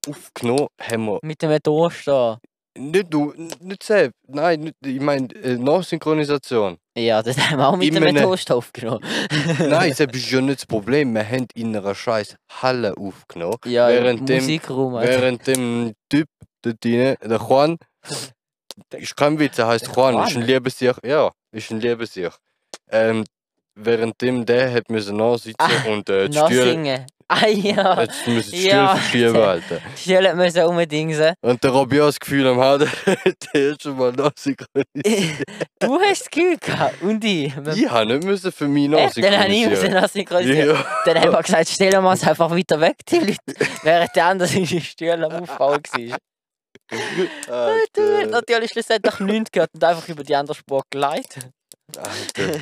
Speaker 2: aufgenommen haben wir
Speaker 1: Mit dem Toast da.
Speaker 2: nicht du, n- nicht selbst, nein, nicht, ich meine, äh, Nachsynchronisation.
Speaker 1: Ja, das ne- haben wir auch mit
Speaker 2: In
Speaker 1: dem
Speaker 2: einem-
Speaker 1: Toast aufgenommen.
Speaker 2: nein, das ist ja nicht das Problem. Wir haben in einer scheiß Halle aufgenommen.
Speaker 1: Ja, im
Speaker 2: Währenddem-
Speaker 1: Musikraum. also Alter.
Speaker 2: Während dem Typ, der Dine, der Juan, ich kann Witz, er heißt
Speaker 1: Der
Speaker 2: Juan, ist ein
Speaker 1: Juan?
Speaker 2: Liebesier, ja, ist ein Liebesier. Ähm, während dem der hat müssen nachsitzen
Speaker 1: Ah,
Speaker 2: und äh, die
Speaker 1: Noch
Speaker 2: Stühle,
Speaker 1: singen. Ah ja,
Speaker 2: jetzt müssen die
Speaker 1: Ja,
Speaker 2: Stühle verschieben,
Speaker 1: Alter.
Speaker 2: Alter.
Speaker 1: Stellen müssen unbedingsen.
Speaker 2: Und der Robbie hat das Gefühl am Haar, der hat schon mal nachsynchronisiert.
Speaker 1: du hast das Gefühl gehabt und ich. Wir-
Speaker 2: Ich habe nicht müssen für mich
Speaker 1: Echt, dann habe ich
Speaker 2: nachsynchronisieren.
Speaker 1: müssen synchronisieren.
Speaker 2: Ja.
Speaker 1: Dann haben wir gesagt, stellen wir uns einfach weiter weg, die Leute. Während der andere in die Stühle am Aufbau war. Du hast
Speaker 2: Alter,
Speaker 1: natürlich schlussendlich nichts gehört und einfach über die andere Spur geleitet.
Speaker 2: Alter.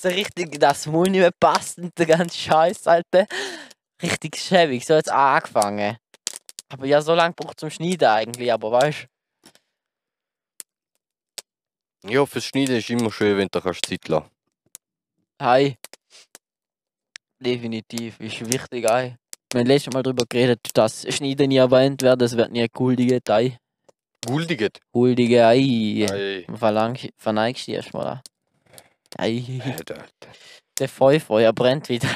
Speaker 1: so richtig, das Mund nicht mehr passt und der ganze Scheiß, Alter. Richtig schäbig, so hat es angefangen. Aber ja, so lange braucht zum Schneiden eigentlich, aber weißt du.
Speaker 2: Ja, fürs Schneiden ist immer schön, wenn du kannst Zeit lassen
Speaker 1: Hi. Definitiv, ist wichtig, ei. Wir haben letztes Mal darüber geredet, dass Schneiden nie erwähnt werden, es wird nie ein huldiget, ei.
Speaker 2: kannst. Guldiget.
Speaker 1: Huldiget, ei.
Speaker 2: Ei.
Speaker 1: Man verneigst dich erstmal an. Ei,
Speaker 2: Alter, Alter.
Speaker 1: der Feuerfeuer brennt wieder.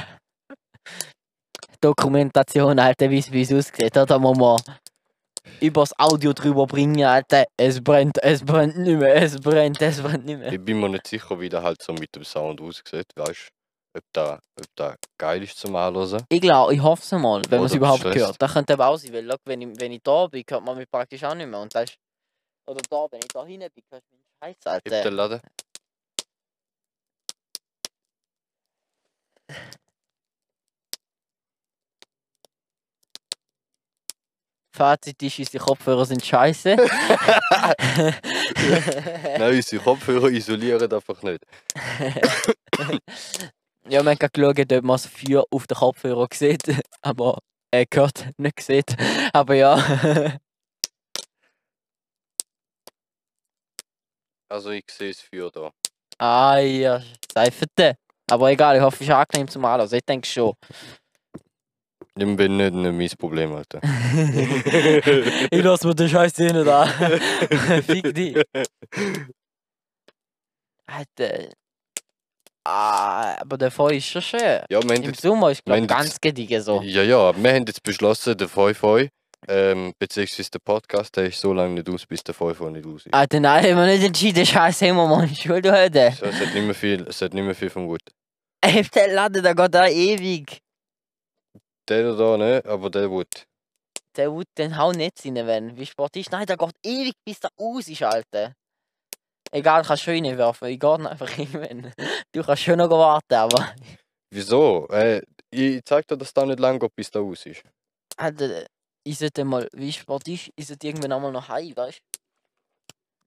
Speaker 1: Dokumentation, Alter, wie es aussieht, da muss man übers Audio drüber bringen, Alter. Es brennt, es brennt nicht mehr, es brennt, es brennt nicht mehr.
Speaker 2: Ich bin mir nicht sicher, wie der halt so mit dem Sound aussieht, weißt du? Ob da, ob da geil ist zum Anhören.
Speaker 1: Ich glaube, ich hoffe es mal, wenn man es
Speaker 2: Oder
Speaker 1: überhaupt
Speaker 2: Stress.
Speaker 1: hört. Das könnte eben auch sein, weil schau, wenn, ich, wenn ich da bin, hört man mich praktisch auch nicht mehr. Und das ist, oder da, wenn ich da hinten bin, hörst du mich scheiße,
Speaker 2: Heb den
Speaker 1: Alter.
Speaker 2: Laden.
Speaker 1: Fazit ist, unsere Kopfhörer sind scheiße.
Speaker 2: Nein, unsere Kopfhörer isolieren einfach nicht.
Speaker 1: ja, wir haben gerade geschaut, ob man das Feuer auf den Kopfhörer sieht. Aber äh, gehört, nicht sieht. Aber ja.
Speaker 2: Also ich sehe es für da.
Speaker 1: ah ja, Seifete. Aber egal, ich hoffe, es ist angenehm zum Anlassen. Ich denke schon.
Speaker 2: Ich bin nicht, nicht mein Problem, Alter.
Speaker 1: ich lasse mir den Scheiß hier nicht an. Fick dich. Alter. Ah, aber der Fall ist schon schön.
Speaker 2: Ja, wir haben
Speaker 1: Im
Speaker 2: jetzt,
Speaker 1: Sommer ist
Speaker 2: wenn
Speaker 1: glaube
Speaker 2: jetzt-
Speaker 1: ganz gediegen so.
Speaker 2: ja, ja, wir haben jetzt beschlossen, der 5 ähm, beziehungsweise der Podcast, der ist so lange nicht aus, bis der 5 nicht aus ist.
Speaker 1: Alter, nein, Ah, haben wir nicht entschieden. Scheiße, haben wir mal in die Schule heute.
Speaker 2: So, es, hat nicht mehr viel, es hat nicht mehr viel vom Guten.
Speaker 1: Ey, der Laden, der geht da ewig.
Speaker 2: Der da, ne? Aber der wird.
Speaker 1: Der Wut, den hau nicht rein, wenn. Wie Sport ist. Nein, der geht ewig, bis der aus ist, Alter. Egal, kannst schön werfen. Ich gehe ihn einfach irgendwann. Du kannst schon noch warten, aber.
Speaker 2: Wieso? Äh, ich zeig dir, dass da nicht lang geht, bis da aus ist.
Speaker 1: Alter, ich sollte mal, wie spät ist, ich sollte irgendwann einmal noch heim, weißt du?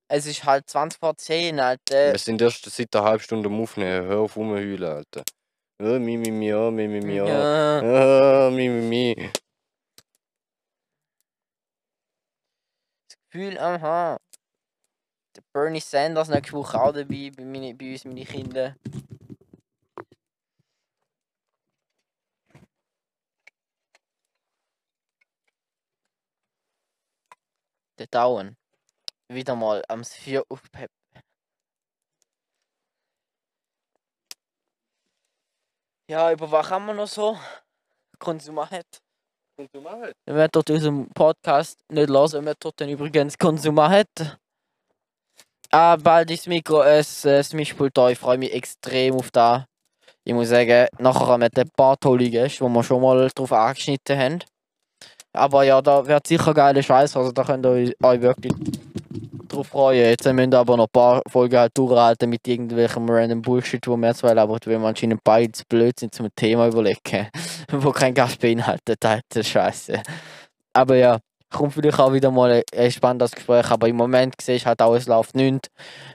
Speaker 1: Es ist halt 20 vor 10, Alter.
Speaker 2: Wir sind erst seit einer halben Stunde am Aufnehmen. Hör auf rumheulen, Alter. Oh, mi, mi, mi, oh, mi, mi, mi, oh.
Speaker 1: Ja.
Speaker 2: Oh, mi, mi, mi.
Speaker 1: Das Gefühl, aha. Der Bernie Sanders nächste Woche auch dabei, bei, meine, bei uns, meine Kinder. Der Down. Wieder mal am 4 aufpep. Ja, über was haben wir noch so? Konsumat. Wenn man dort unseren Podcast nicht hören, wenn man dort dann übrigens Konsumer hat. Ah, bald ist das Mikro, äh, das, äh, das Mischpult da. Ich freue mich extrem auf da. Ich muss sagen, nachher haben wir ein paar tolle Gäste, die wir schon mal drauf angeschnitten haben. Aber ja, da wird sicher geiler Scheiß, also da könnt ihr euch- euch wirklich drauf freuen. Jetzt müssen wir aber noch ein paar Folgen halt durchhalten mit irgendwelchem random Bullshit, wo wir jetzt wollen, aber wenn wir anscheinend beides blöd sind zum Thema überlegen, wo kein Gast beinhaltet, halt der Scheiße. Aber ja, kommt vielleicht auch wieder mal ein- ein spannendes Gespräch. Aber im Moment sehe ich halt auch, es läuft nichts.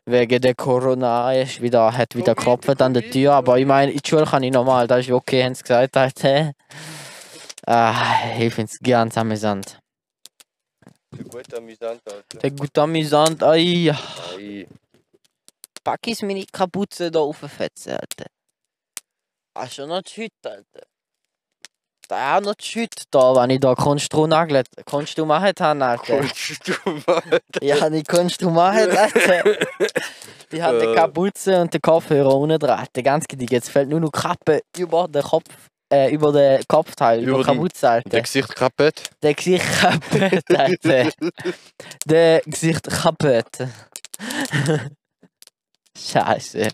Speaker 1: Wegen der Corona ist wieder, hat wieder geklopft an der Tür. Aber ich meine, in die Schule kann ich normal, das ist okay, haben sie gesagt. Halt, hä? Ah, ich finde es ganz amüsant.
Speaker 2: Gut amüsant, Alter.
Speaker 1: Der gut amüsant, ai,
Speaker 2: Ei.
Speaker 1: pack ich meine Kapuze da auffetzen, Alter. Ah, schon noch die Hütte, Alter. Da auch noch die Hütte da, wenn ich da Kunst drum nagelt. Kannst du machen, Alter?
Speaker 2: Kannst du mal.
Speaker 1: Ja, die kannst du machen, Alter. Die hat die
Speaker 2: Äh.
Speaker 1: Kapuze und den Kopfhörer unten dran. Der ganze Gedicht. Jetzt fällt nur noch die Kappe über den Kopf. Äh, über den Kopfteil, über,
Speaker 2: Über
Speaker 1: die
Speaker 2: den-
Speaker 1: Kapuze, Alter.
Speaker 2: Der Gesicht kaputt?
Speaker 1: Der Gesicht kaputt, Alter. Der Gesicht kaputt. Scheiße.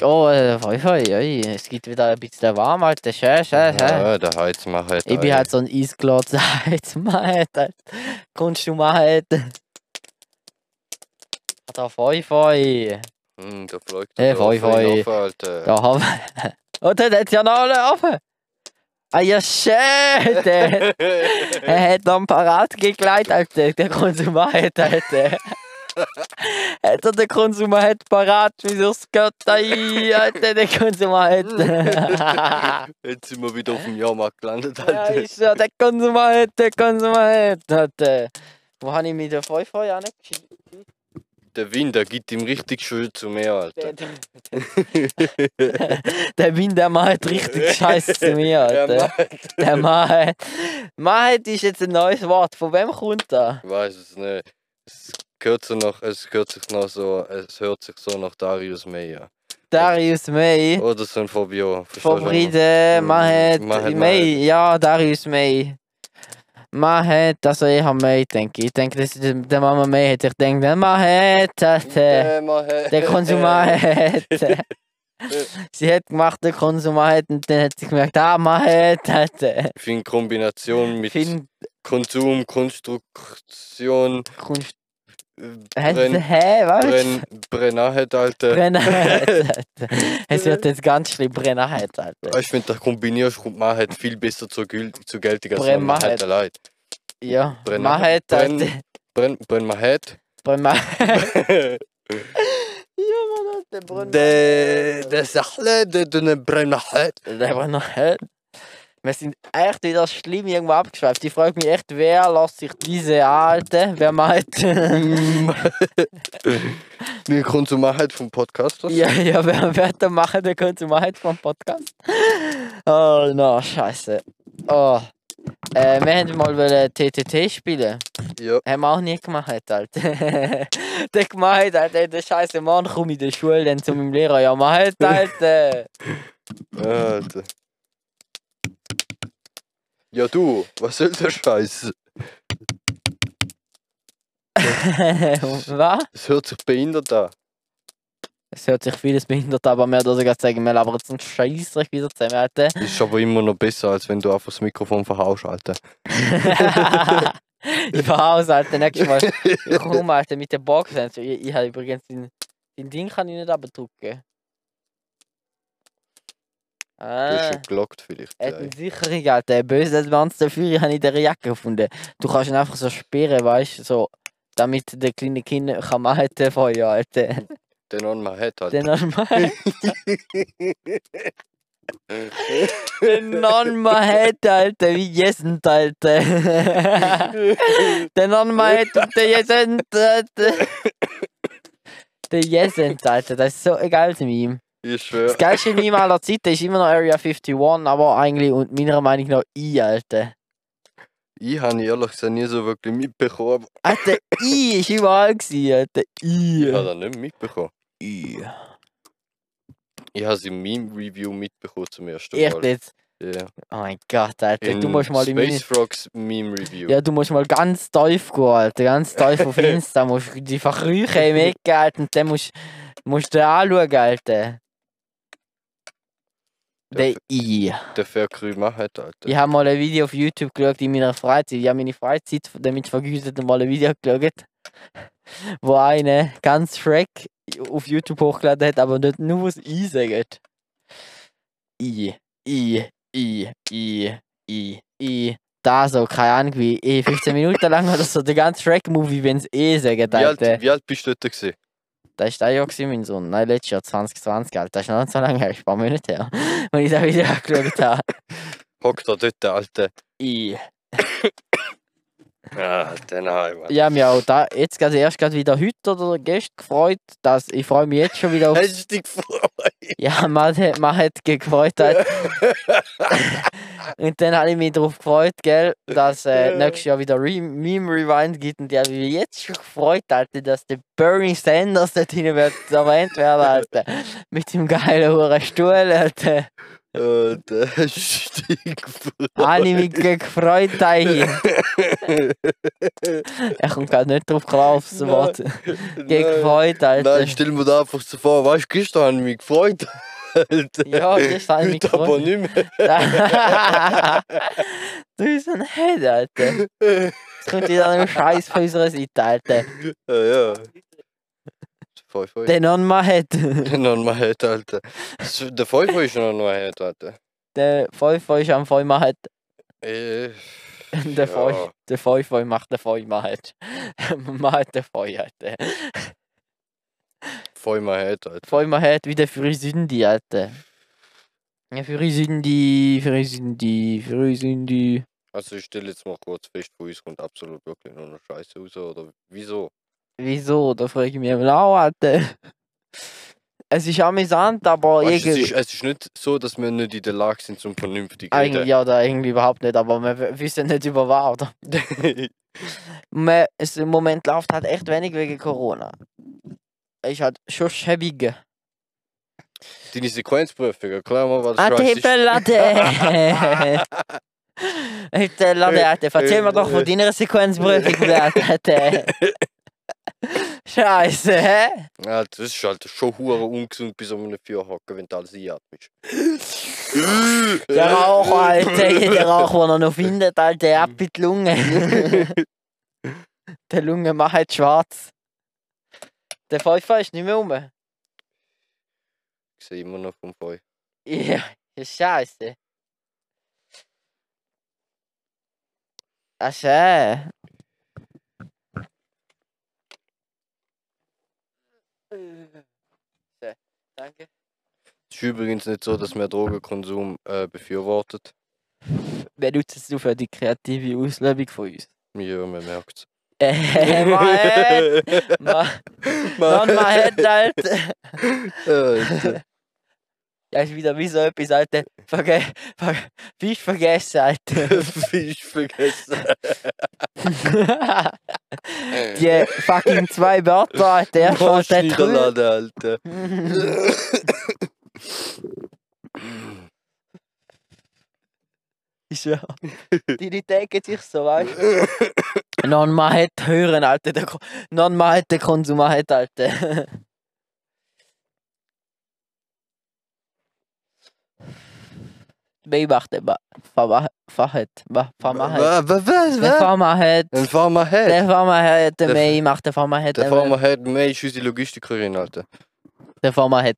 Speaker 1: Oh, äh, hoi, hoi, hoi. Es gibt wieder ein bisschen warm, Alter. Schön, schön, schön.
Speaker 2: Ja, der Heiz macht halt.
Speaker 1: Ich bin
Speaker 2: ei.
Speaker 1: halt so ein eisgeladen Heizmeid. Kunst du machen. Da fei fei.
Speaker 2: Hm, da fliegt
Speaker 1: Hey,
Speaker 2: der Dolphin
Speaker 1: voi, voi.
Speaker 2: auf, Alter.
Speaker 1: Da haben wir. Oh, der hat ja noch alle offen. Ah ja, shit. Der, er hat noch einen Parat gekleidet, Alter. also Der Konsumat, Alter. äh, Hat er den Konsumat parat, wieso es geht? Ei, Alter, der Konsumat.
Speaker 2: Jetzt sind wir wieder auf dem Jahrmarkt gelandet,
Speaker 1: Ja,
Speaker 2: Alter.
Speaker 1: ist ja der Konsument, der Konsument. Hat, äh, wo habe ich mich der Feuer vorher angeschrieben?
Speaker 2: Der Wind, der gibt ihm richtig schön zu mir, Alter.
Speaker 1: Der, der, der Wind, der macht richtig Scheiße zu mir, Alter. Der macht. Macht ist jetzt ein neues Wort. Von wem kommt da?
Speaker 2: Ich weiß es nicht. Es hört, so nach, es hört sich noch so, es hört sich so nach Darius Meyer.
Speaker 1: Darius May.
Speaker 2: Oder so ein Fabio. verstehst du, was
Speaker 1: Vom
Speaker 2: ich
Speaker 1: Frieden,
Speaker 2: Mhm.
Speaker 1: macht.
Speaker 2: Macht,
Speaker 1: May. Ja, Darius May. Macht, also ich habe May, denke ich. Ich denke, das ist der- der Mama May. hat. Ich denke, der Macht.
Speaker 2: meine?
Speaker 1: Alter.
Speaker 2: Der Mahe.
Speaker 1: Der Konsumat. sie hat gemacht, der Konsumat hat, und dann hat sie gemerkt, ah, man hat, hat, äh,
Speaker 2: Ich finde Kombination mit
Speaker 1: Finn,
Speaker 2: Konsum, Konstruktion,
Speaker 1: Kunst,
Speaker 2: äh,
Speaker 1: hat,
Speaker 2: Brenn,
Speaker 1: hä, was?
Speaker 2: Brenn, Brennerheit, Alter.
Speaker 1: Brennerheit, Alter. Es wird jetzt ganz schlimm, Brennerheit, Alter.
Speaker 2: Ah, Ich finde, da kombinierst kommt Maheit viel besser zur, Gül zur Geltung als
Speaker 1: Brenn
Speaker 2: Maheit
Speaker 1: Maheit.
Speaker 2: allein.
Speaker 1: Ja,
Speaker 2: Brenner-
Speaker 1: man hat,
Speaker 2: Brenn-
Speaker 1: Alter.
Speaker 2: Brenn, brenn mal Head.
Speaker 1: Brenn mal. ja, Mann, der brennt.
Speaker 2: Der, der Sachle, der, der brennt mal Head.
Speaker 1: Der brennt noch Head. Wir sind echt wieder schlimm irgendwo abgeschweift. Ich frage mich echt, wer lässt sich diese alte, wer meint.
Speaker 2: Die Konsumheit vom Podcast. das-
Speaker 1: Ja, ja, wer wird da machen, der kommt zum Wahrheit vom Podcast. Oh, na, scheiße. Oh. Äh, wir hätten mal wollen TTT spielen.
Speaker 2: Ja.
Speaker 1: Haben wir auch nie gemacht, Alter. der gemacht, Alter, der scheiße Mann, komm in der Schule dann zu meinem Lehrer. Ja, mach halt, Alter.
Speaker 2: Alter. Ja, du, was soll der Scheiß?
Speaker 1: Was?
Speaker 2: Es hört sich behindert an.
Speaker 1: Es hört sich vieles behindert, aber wir dürfen gerade sagen, wir labern jetzt einen Scheißdreck wieder zusammen, Alter.
Speaker 2: Ist aber immer noch besser, als wenn du einfach das Mikrofon verhaust, Alter.
Speaker 1: ich war aus, Alter, nächstes Mal. Warum, Alter, mit der Box? Also, ich, ich habe übrigens den, den Ding kann ich nicht abdrucken.
Speaker 2: Du hast
Speaker 1: Ah,
Speaker 2: schon gelockt vielleicht.
Speaker 1: er hat eine
Speaker 2: Äh,
Speaker 1: Sicherung, Alter. Ein Böses Manns dafür, ich habe in der Jacke gefunden. Du kannst ihn einfach so sperren, weißt du, so, damit der kleine Kind kann machen von ja, Alter.
Speaker 2: den on my head, Alter.
Speaker 1: Den normal. Den normal hat, Alter, wie Jessent, Alter. Der Nonnenmaid und der Jesent, Alter. Der Jesent, Alter, das ist so ein geiles Meme.
Speaker 2: ich
Speaker 1: Das
Speaker 2: schwör.
Speaker 1: geilste Meme aller Zeiten ist immer noch Area 51, aber eigentlich und meiner Meinung nach I, Alter.
Speaker 2: Ich habe ehrlich gesagt nie so wirklich mitbekommen.
Speaker 1: Alter, I ist überall gewesen, Alter.
Speaker 2: Ich habe
Speaker 1: I.
Speaker 2: das nicht mitbekommen.
Speaker 1: I.
Speaker 2: Ich habe sie in meinem Review mitbekommen zum ersten
Speaker 1: Echt
Speaker 2: Mal.
Speaker 1: jetzt?
Speaker 2: Ja.
Speaker 1: Oh mein Gott, Alter, du
Speaker 2: In
Speaker 1: musst mal in meine...
Speaker 2: Space Frogs Meme Review.
Speaker 1: Ja, du musst mal ganz tief gehen, Alter. Ganz tief auf Insta. musst du die Verkrüche im Ecken, Alter. Und dann musst, musst du den anschauen, Alter. Der I.
Speaker 2: Der Verkrü machen, Alter.
Speaker 1: Ich habe mal ein Video auf YouTube geschaut in meiner Freizeit. Ich habe meine Freizeit damit vergütet und mal ein Video geschaut, wo einer ganz Shrek auf YouTube hochgeladen hat, aber nicht nur was I sagt. I, I, I, I, I, I. Da so, keine Ahnung, wie eh 15 Minuten lang oder so, der ganze Shrek-Movie, wenn es eh sagt,
Speaker 2: wie, alt,
Speaker 1: Alter.
Speaker 2: wie alt bist du dort gewesen?
Speaker 1: Das ist ein Jahr gewesen, mein Sohn. Nein, letztes Jahr 2020, Alter. Das ist noch nicht so lange her, ich ein paar Monate her, wenn ich das Video angeschaut habe.
Speaker 2: Hockt da dort, Alter.
Speaker 1: I.
Speaker 2: Ah, den habe ich,
Speaker 1: Ich habe mich auch da, jetzt gerade erst gerade wieder heute oder gestern gefreut, dass ich freue mich jetzt schon wieder auf.
Speaker 2: Hast du Halt dich gefreut?
Speaker 1: ja, man hat, man hat gefreut. Halt. und dann habe ich mich darauf gefreut, gell, dass äh,
Speaker 2: Ja.
Speaker 1: nächstes Jahr wieder Re Meme Rewind gibt und ich habe mich jetzt schon gefreut, Alter, dass der Bernie Sanders dort hinten wird erwähnt werden, Alter. Mit dem geilen hohen Stuhl, Alter.
Speaker 2: Alter, hast du dich gefreut?
Speaker 1: Habe ich mich gefreut, Alter. Er kommt gerade nicht drauf klar auf das
Speaker 2: Nein.
Speaker 1: Wort.
Speaker 2: Nein.
Speaker 1: Gefreut, Alter.
Speaker 2: Nein, stell mir da einfach so vor, weißt du, gestern habe ich mich gefreut, Alter.
Speaker 1: Ja, gestern habe ich mich
Speaker 2: Heute aber
Speaker 1: gefreut.
Speaker 2: nicht mehr.
Speaker 1: du bist ein Head, Alter. Jetzt kommt wieder ein Scheiß von unserer Seite, Alter.
Speaker 2: ja, Ah, ja. Voll, voll.
Speaker 1: Der Non-Mahead.
Speaker 2: Normalheit, Alter. Das- Der Vollvoll ist noch Normalheit, Alter.
Speaker 1: Der 5 ist am 5 macht.
Speaker 2: Äh,
Speaker 1: Der
Speaker 2: Ja.
Speaker 1: 5 der 5 macht der 5 macht. Macht der 5, Alter.
Speaker 2: Vollmalheit, halt, Alter.
Speaker 1: 5 macht wieder für die Sünde, Alter. Ja, für die Sünde, für die Sünde, für die Sünde.
Speaker 2: Also ich stelle jetzt mal kurz fest, von uns kommt absolut wirklich nur noch Scheiße raus, oder wieso?
Speaker 1: Wieso? Da frage ich mich eben auch, Alter. Es ist amüsant, aber
Speaker 2: Weißt, du, es,
Speaker 1: irgendwie.
Speaker 2: ist, es ist nicht so, dass wir nicht in der Lage sind, zum vernünftig
Speaker 1: Eigentlich
Speaker 2: reden.
Speaker 1: ja, da irgendwie überhaupt nicht, aber wir w- wissen nicht über was, oder? Man, es, Im Moment läuft halt echt wenig wegen Corona. Ist halt schon schäbig.
Speaker 2: Deine Sequenzprüfung, erklär mal, was
Speaker 1: Ah,
Speaker 2: Scheiße ist.
Speaker 1: Latte! Alter, Lade, Alter, erzähl mir doch von deiner Sequenzprüfung, Alter. Scheiße, hä?
Speaker 2: Ja, das ist halt schon hure ungesund, bis um eine Tür hocken, wenn du alles einatmest.
Speaker 1: Der Rauch, Alter, jeder Rauch, den er noch findet, Alter, ab in die Lunge. Der Lunge macht halt schwarz. Der Pfeifer ist nicht mehr rum.
Speaker 2: Ich sehe immer noch vom Feuer.
Speaker 1: Ja, ja, scheiße. äh. Ach so. So, danke.
Speaker 2: Es ist übrigens nicht so, dass wir Drogenkonsum äh, befürwortet.
Speaker 1: Wer nutzt es nur für die kreative Auslebung von uns?
Speaker 2: Ja, man merkt es.
Speaker 1: Äh, man hat, man, man, man hat halt. Ja, ist wieder wie so etwas, Alter. Verge ver Fisch vergessen, Alter.
Speaker 2: Fisch vergessen.
Speaker 1: die fucking zwei Wörter, Alter. Erst mal
Speaker 2: Post
Speaker 1: der Trü-
Speaker 2: niederladen, Alter.
Speaker 1: Ist ja. Die, die denken sich so, weißt du? Non, man hat hören, Alter. Der Ko- non, man hat den Konsum, man hat, Alter. Beobachte, ma- verma- verhet, ma- vermahet.
Speaker 2: Wa- wa- Was?
Speaker 1: Der
Speaker 2: Was?
Speaker 1: Farmerhead.
Speaker 2: Ein Farmerhead.
Speaker 1: Der Farmerhead, der
Speaker 2: Der-
Speaker 1: May macht der Farmerhead.
Speaker 2: Der
Speaker 1: Der Farmer-
Speaker 2: Farmerhead, Mei ist unsere Logistikerin, Alter.
Speaker 1: der Farmerhead.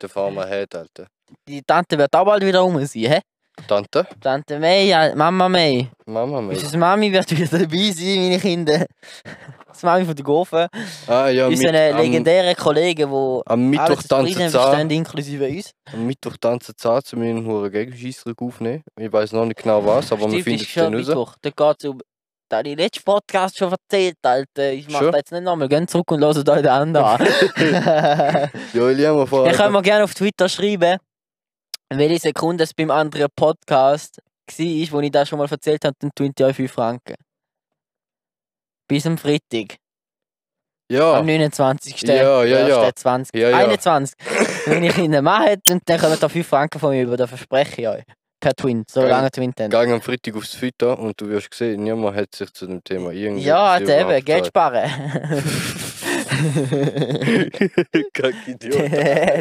Speaker 2: Der Farmerhead, Alter.
Speaker 1: Die Tante wird auch bald wieder rum sein, hä?
Speaker 2: Tante?
Speaker 1: Tante May, ja, Mama May.
Speaker 2: Mama, Mei.
Speaker 1: Unsere Mami wird wieder dabei sein, meine Kinder. Das Mami von der Gofen.
Speaker 2: Ah, ja, mit,
Speaker 1: Unsere
Speaker 2: am,
Speaker 1: legendären Kollegen, die
Speaker 2: am Mittwoch
Speaker 1: alles
Speaker 2: tanzen
Speaker 1: zufrieden
Speaker 2: Zahn.
Speaker 1: bestehen, inklusive uns.
Speaker 2: Am Mittwoch tanzen Zahn, um einen hohen Gegenschießdruck aufnehmen. ne? Ich weiß noch nicht genau was, aber man
Speaker 1: Stimmt,
Speaker 2: findet
Speaker 1: ist
Speaker 2: es
Speaker 1: schon
Speaker 2: dann raus.
Speaker 1: Mittwoch. Da geht's um... Da habe ich letzten Podcast schon erzählt, Alter. Ich mache
Speaker 2: Schon?
Speaker 1: das jetzt nicht nochmal. Gehen zurück und hören euch den anderen an.
Speaker 2: Ja, ich liebe
Speaker 1: Ihr könnt
Speaker 2: vorher.
Speaker 1: mir gerne auf Twitter schreiben, welche Sekunde es beim anderen Podcast war, wo ich das schon mal erzählt habe, dann 20 euch 5 Franken. Bis am Freitag, am
Speaker 2: Ja,
Speaker 1: 29.
Speaker 2: Ja, ja, ja.
Speaker 1: 1. 20.
Speaker 2: Ja, ja.
Speaker 1: 21. Wenn ich ihn mache, dann, dann kommen da 5 Franken von mir über, das verspreche ich euch. Per Twin, so
Speaker 2: Geil.
Speaker 1: lange Twin
Speaker 2: gang am Freitag aufs Twitter und du wirst sehen, niemand hat sich zu dem Thema irgendwie.
Speaker 1: Ja, Alter, eben, Geld sparen.
Speaker 2: Kack Idiot.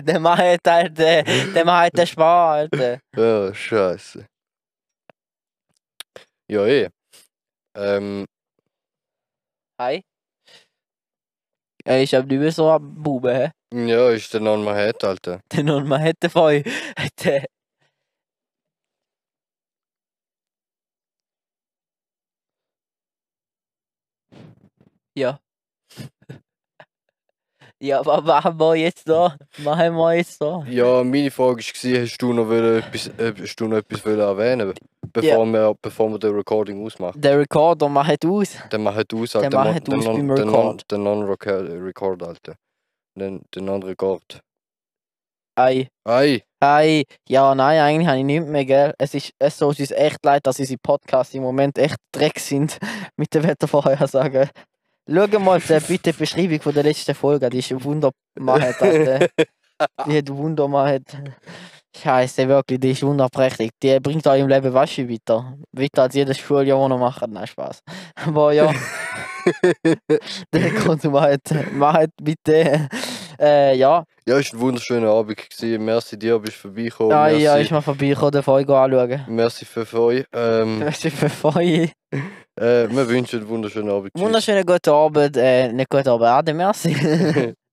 Speaker 1: der macht halt, Alter, der macht halt den Spar, Alter.
Speaker 2: Ja, scheiße. Ja, eh. Ähm,
Speaker 1: Hi. Ja, ich hab nicht mehr so einen Buben, hä?
Speaker 2: ja, ist der Normalheit, Alter.
Speaker 1: Den und man hätte voll. Der, ja. Ja, was machen wir jetzt da? Machen wir jetzt da?
Speaker 2: Ja, meine Frage war, hast du noch wollen etwas, äh, hast du noch etwas wollen erwähnen bevor, wir, bevor wir den Recording ausmachen?
Speaker 1: Der Recorder macht aus.
Speaker 2: Dann machen du es, Alter.
Speaker 1: Dann
Speaker 2: mon-
Speaker 1: machen
Speaker 2: den
Speaker 1: du's
Speaker 2: non-
Speaker 1: beim
Speaker 2: den non-
Speaker 1: Record.
Speaker 2: Den Non-Record, äh, Alter. Den, den Non-Record.
Speaker 1: Ei.
Speaker 2: Ei,
Speaker 1: Ei. Ja, nein, eigentlich habe ich nichts mehr, gell? Es ist es so, es ist echt leid, dass unsere Podcasts im Moment echt Dreck sind. Mit der Wettervorhersage. Schau mal die, bitte die Beschreibung von der letzten Folge. Die ist wunderbar, Alter. Die hat Wunder gemacht. Scheiße, wirklich, die ist wunderprächtig. Die bringt auch im Leben Wasche weiter. Weiter als jedes Schuljahr, das noch machen. Nein, Spaß. Aber ja, der Konsum halt, macht bitte. Äh, ja,
Speaker 2: ja, ist ein wunderschöner Abend gewesen. Merci dir, bist vorbeigekommen.
Speaker 1: ja,
Speaker 2: Oh, merci,
Speaker 1: ja, ist mal vorbei, ich kann den Folge anschauen.
Speaker 2: merci für euch. Ähm,
Speaker 1: Das ist für euch.
Speaker 2: äh, wir wünschen einen wunderschönen Abend. Tschüss.
Speaker 1: אה, Wunderschönen guten Abend, äh, nicht guten Abend, Ade, merci.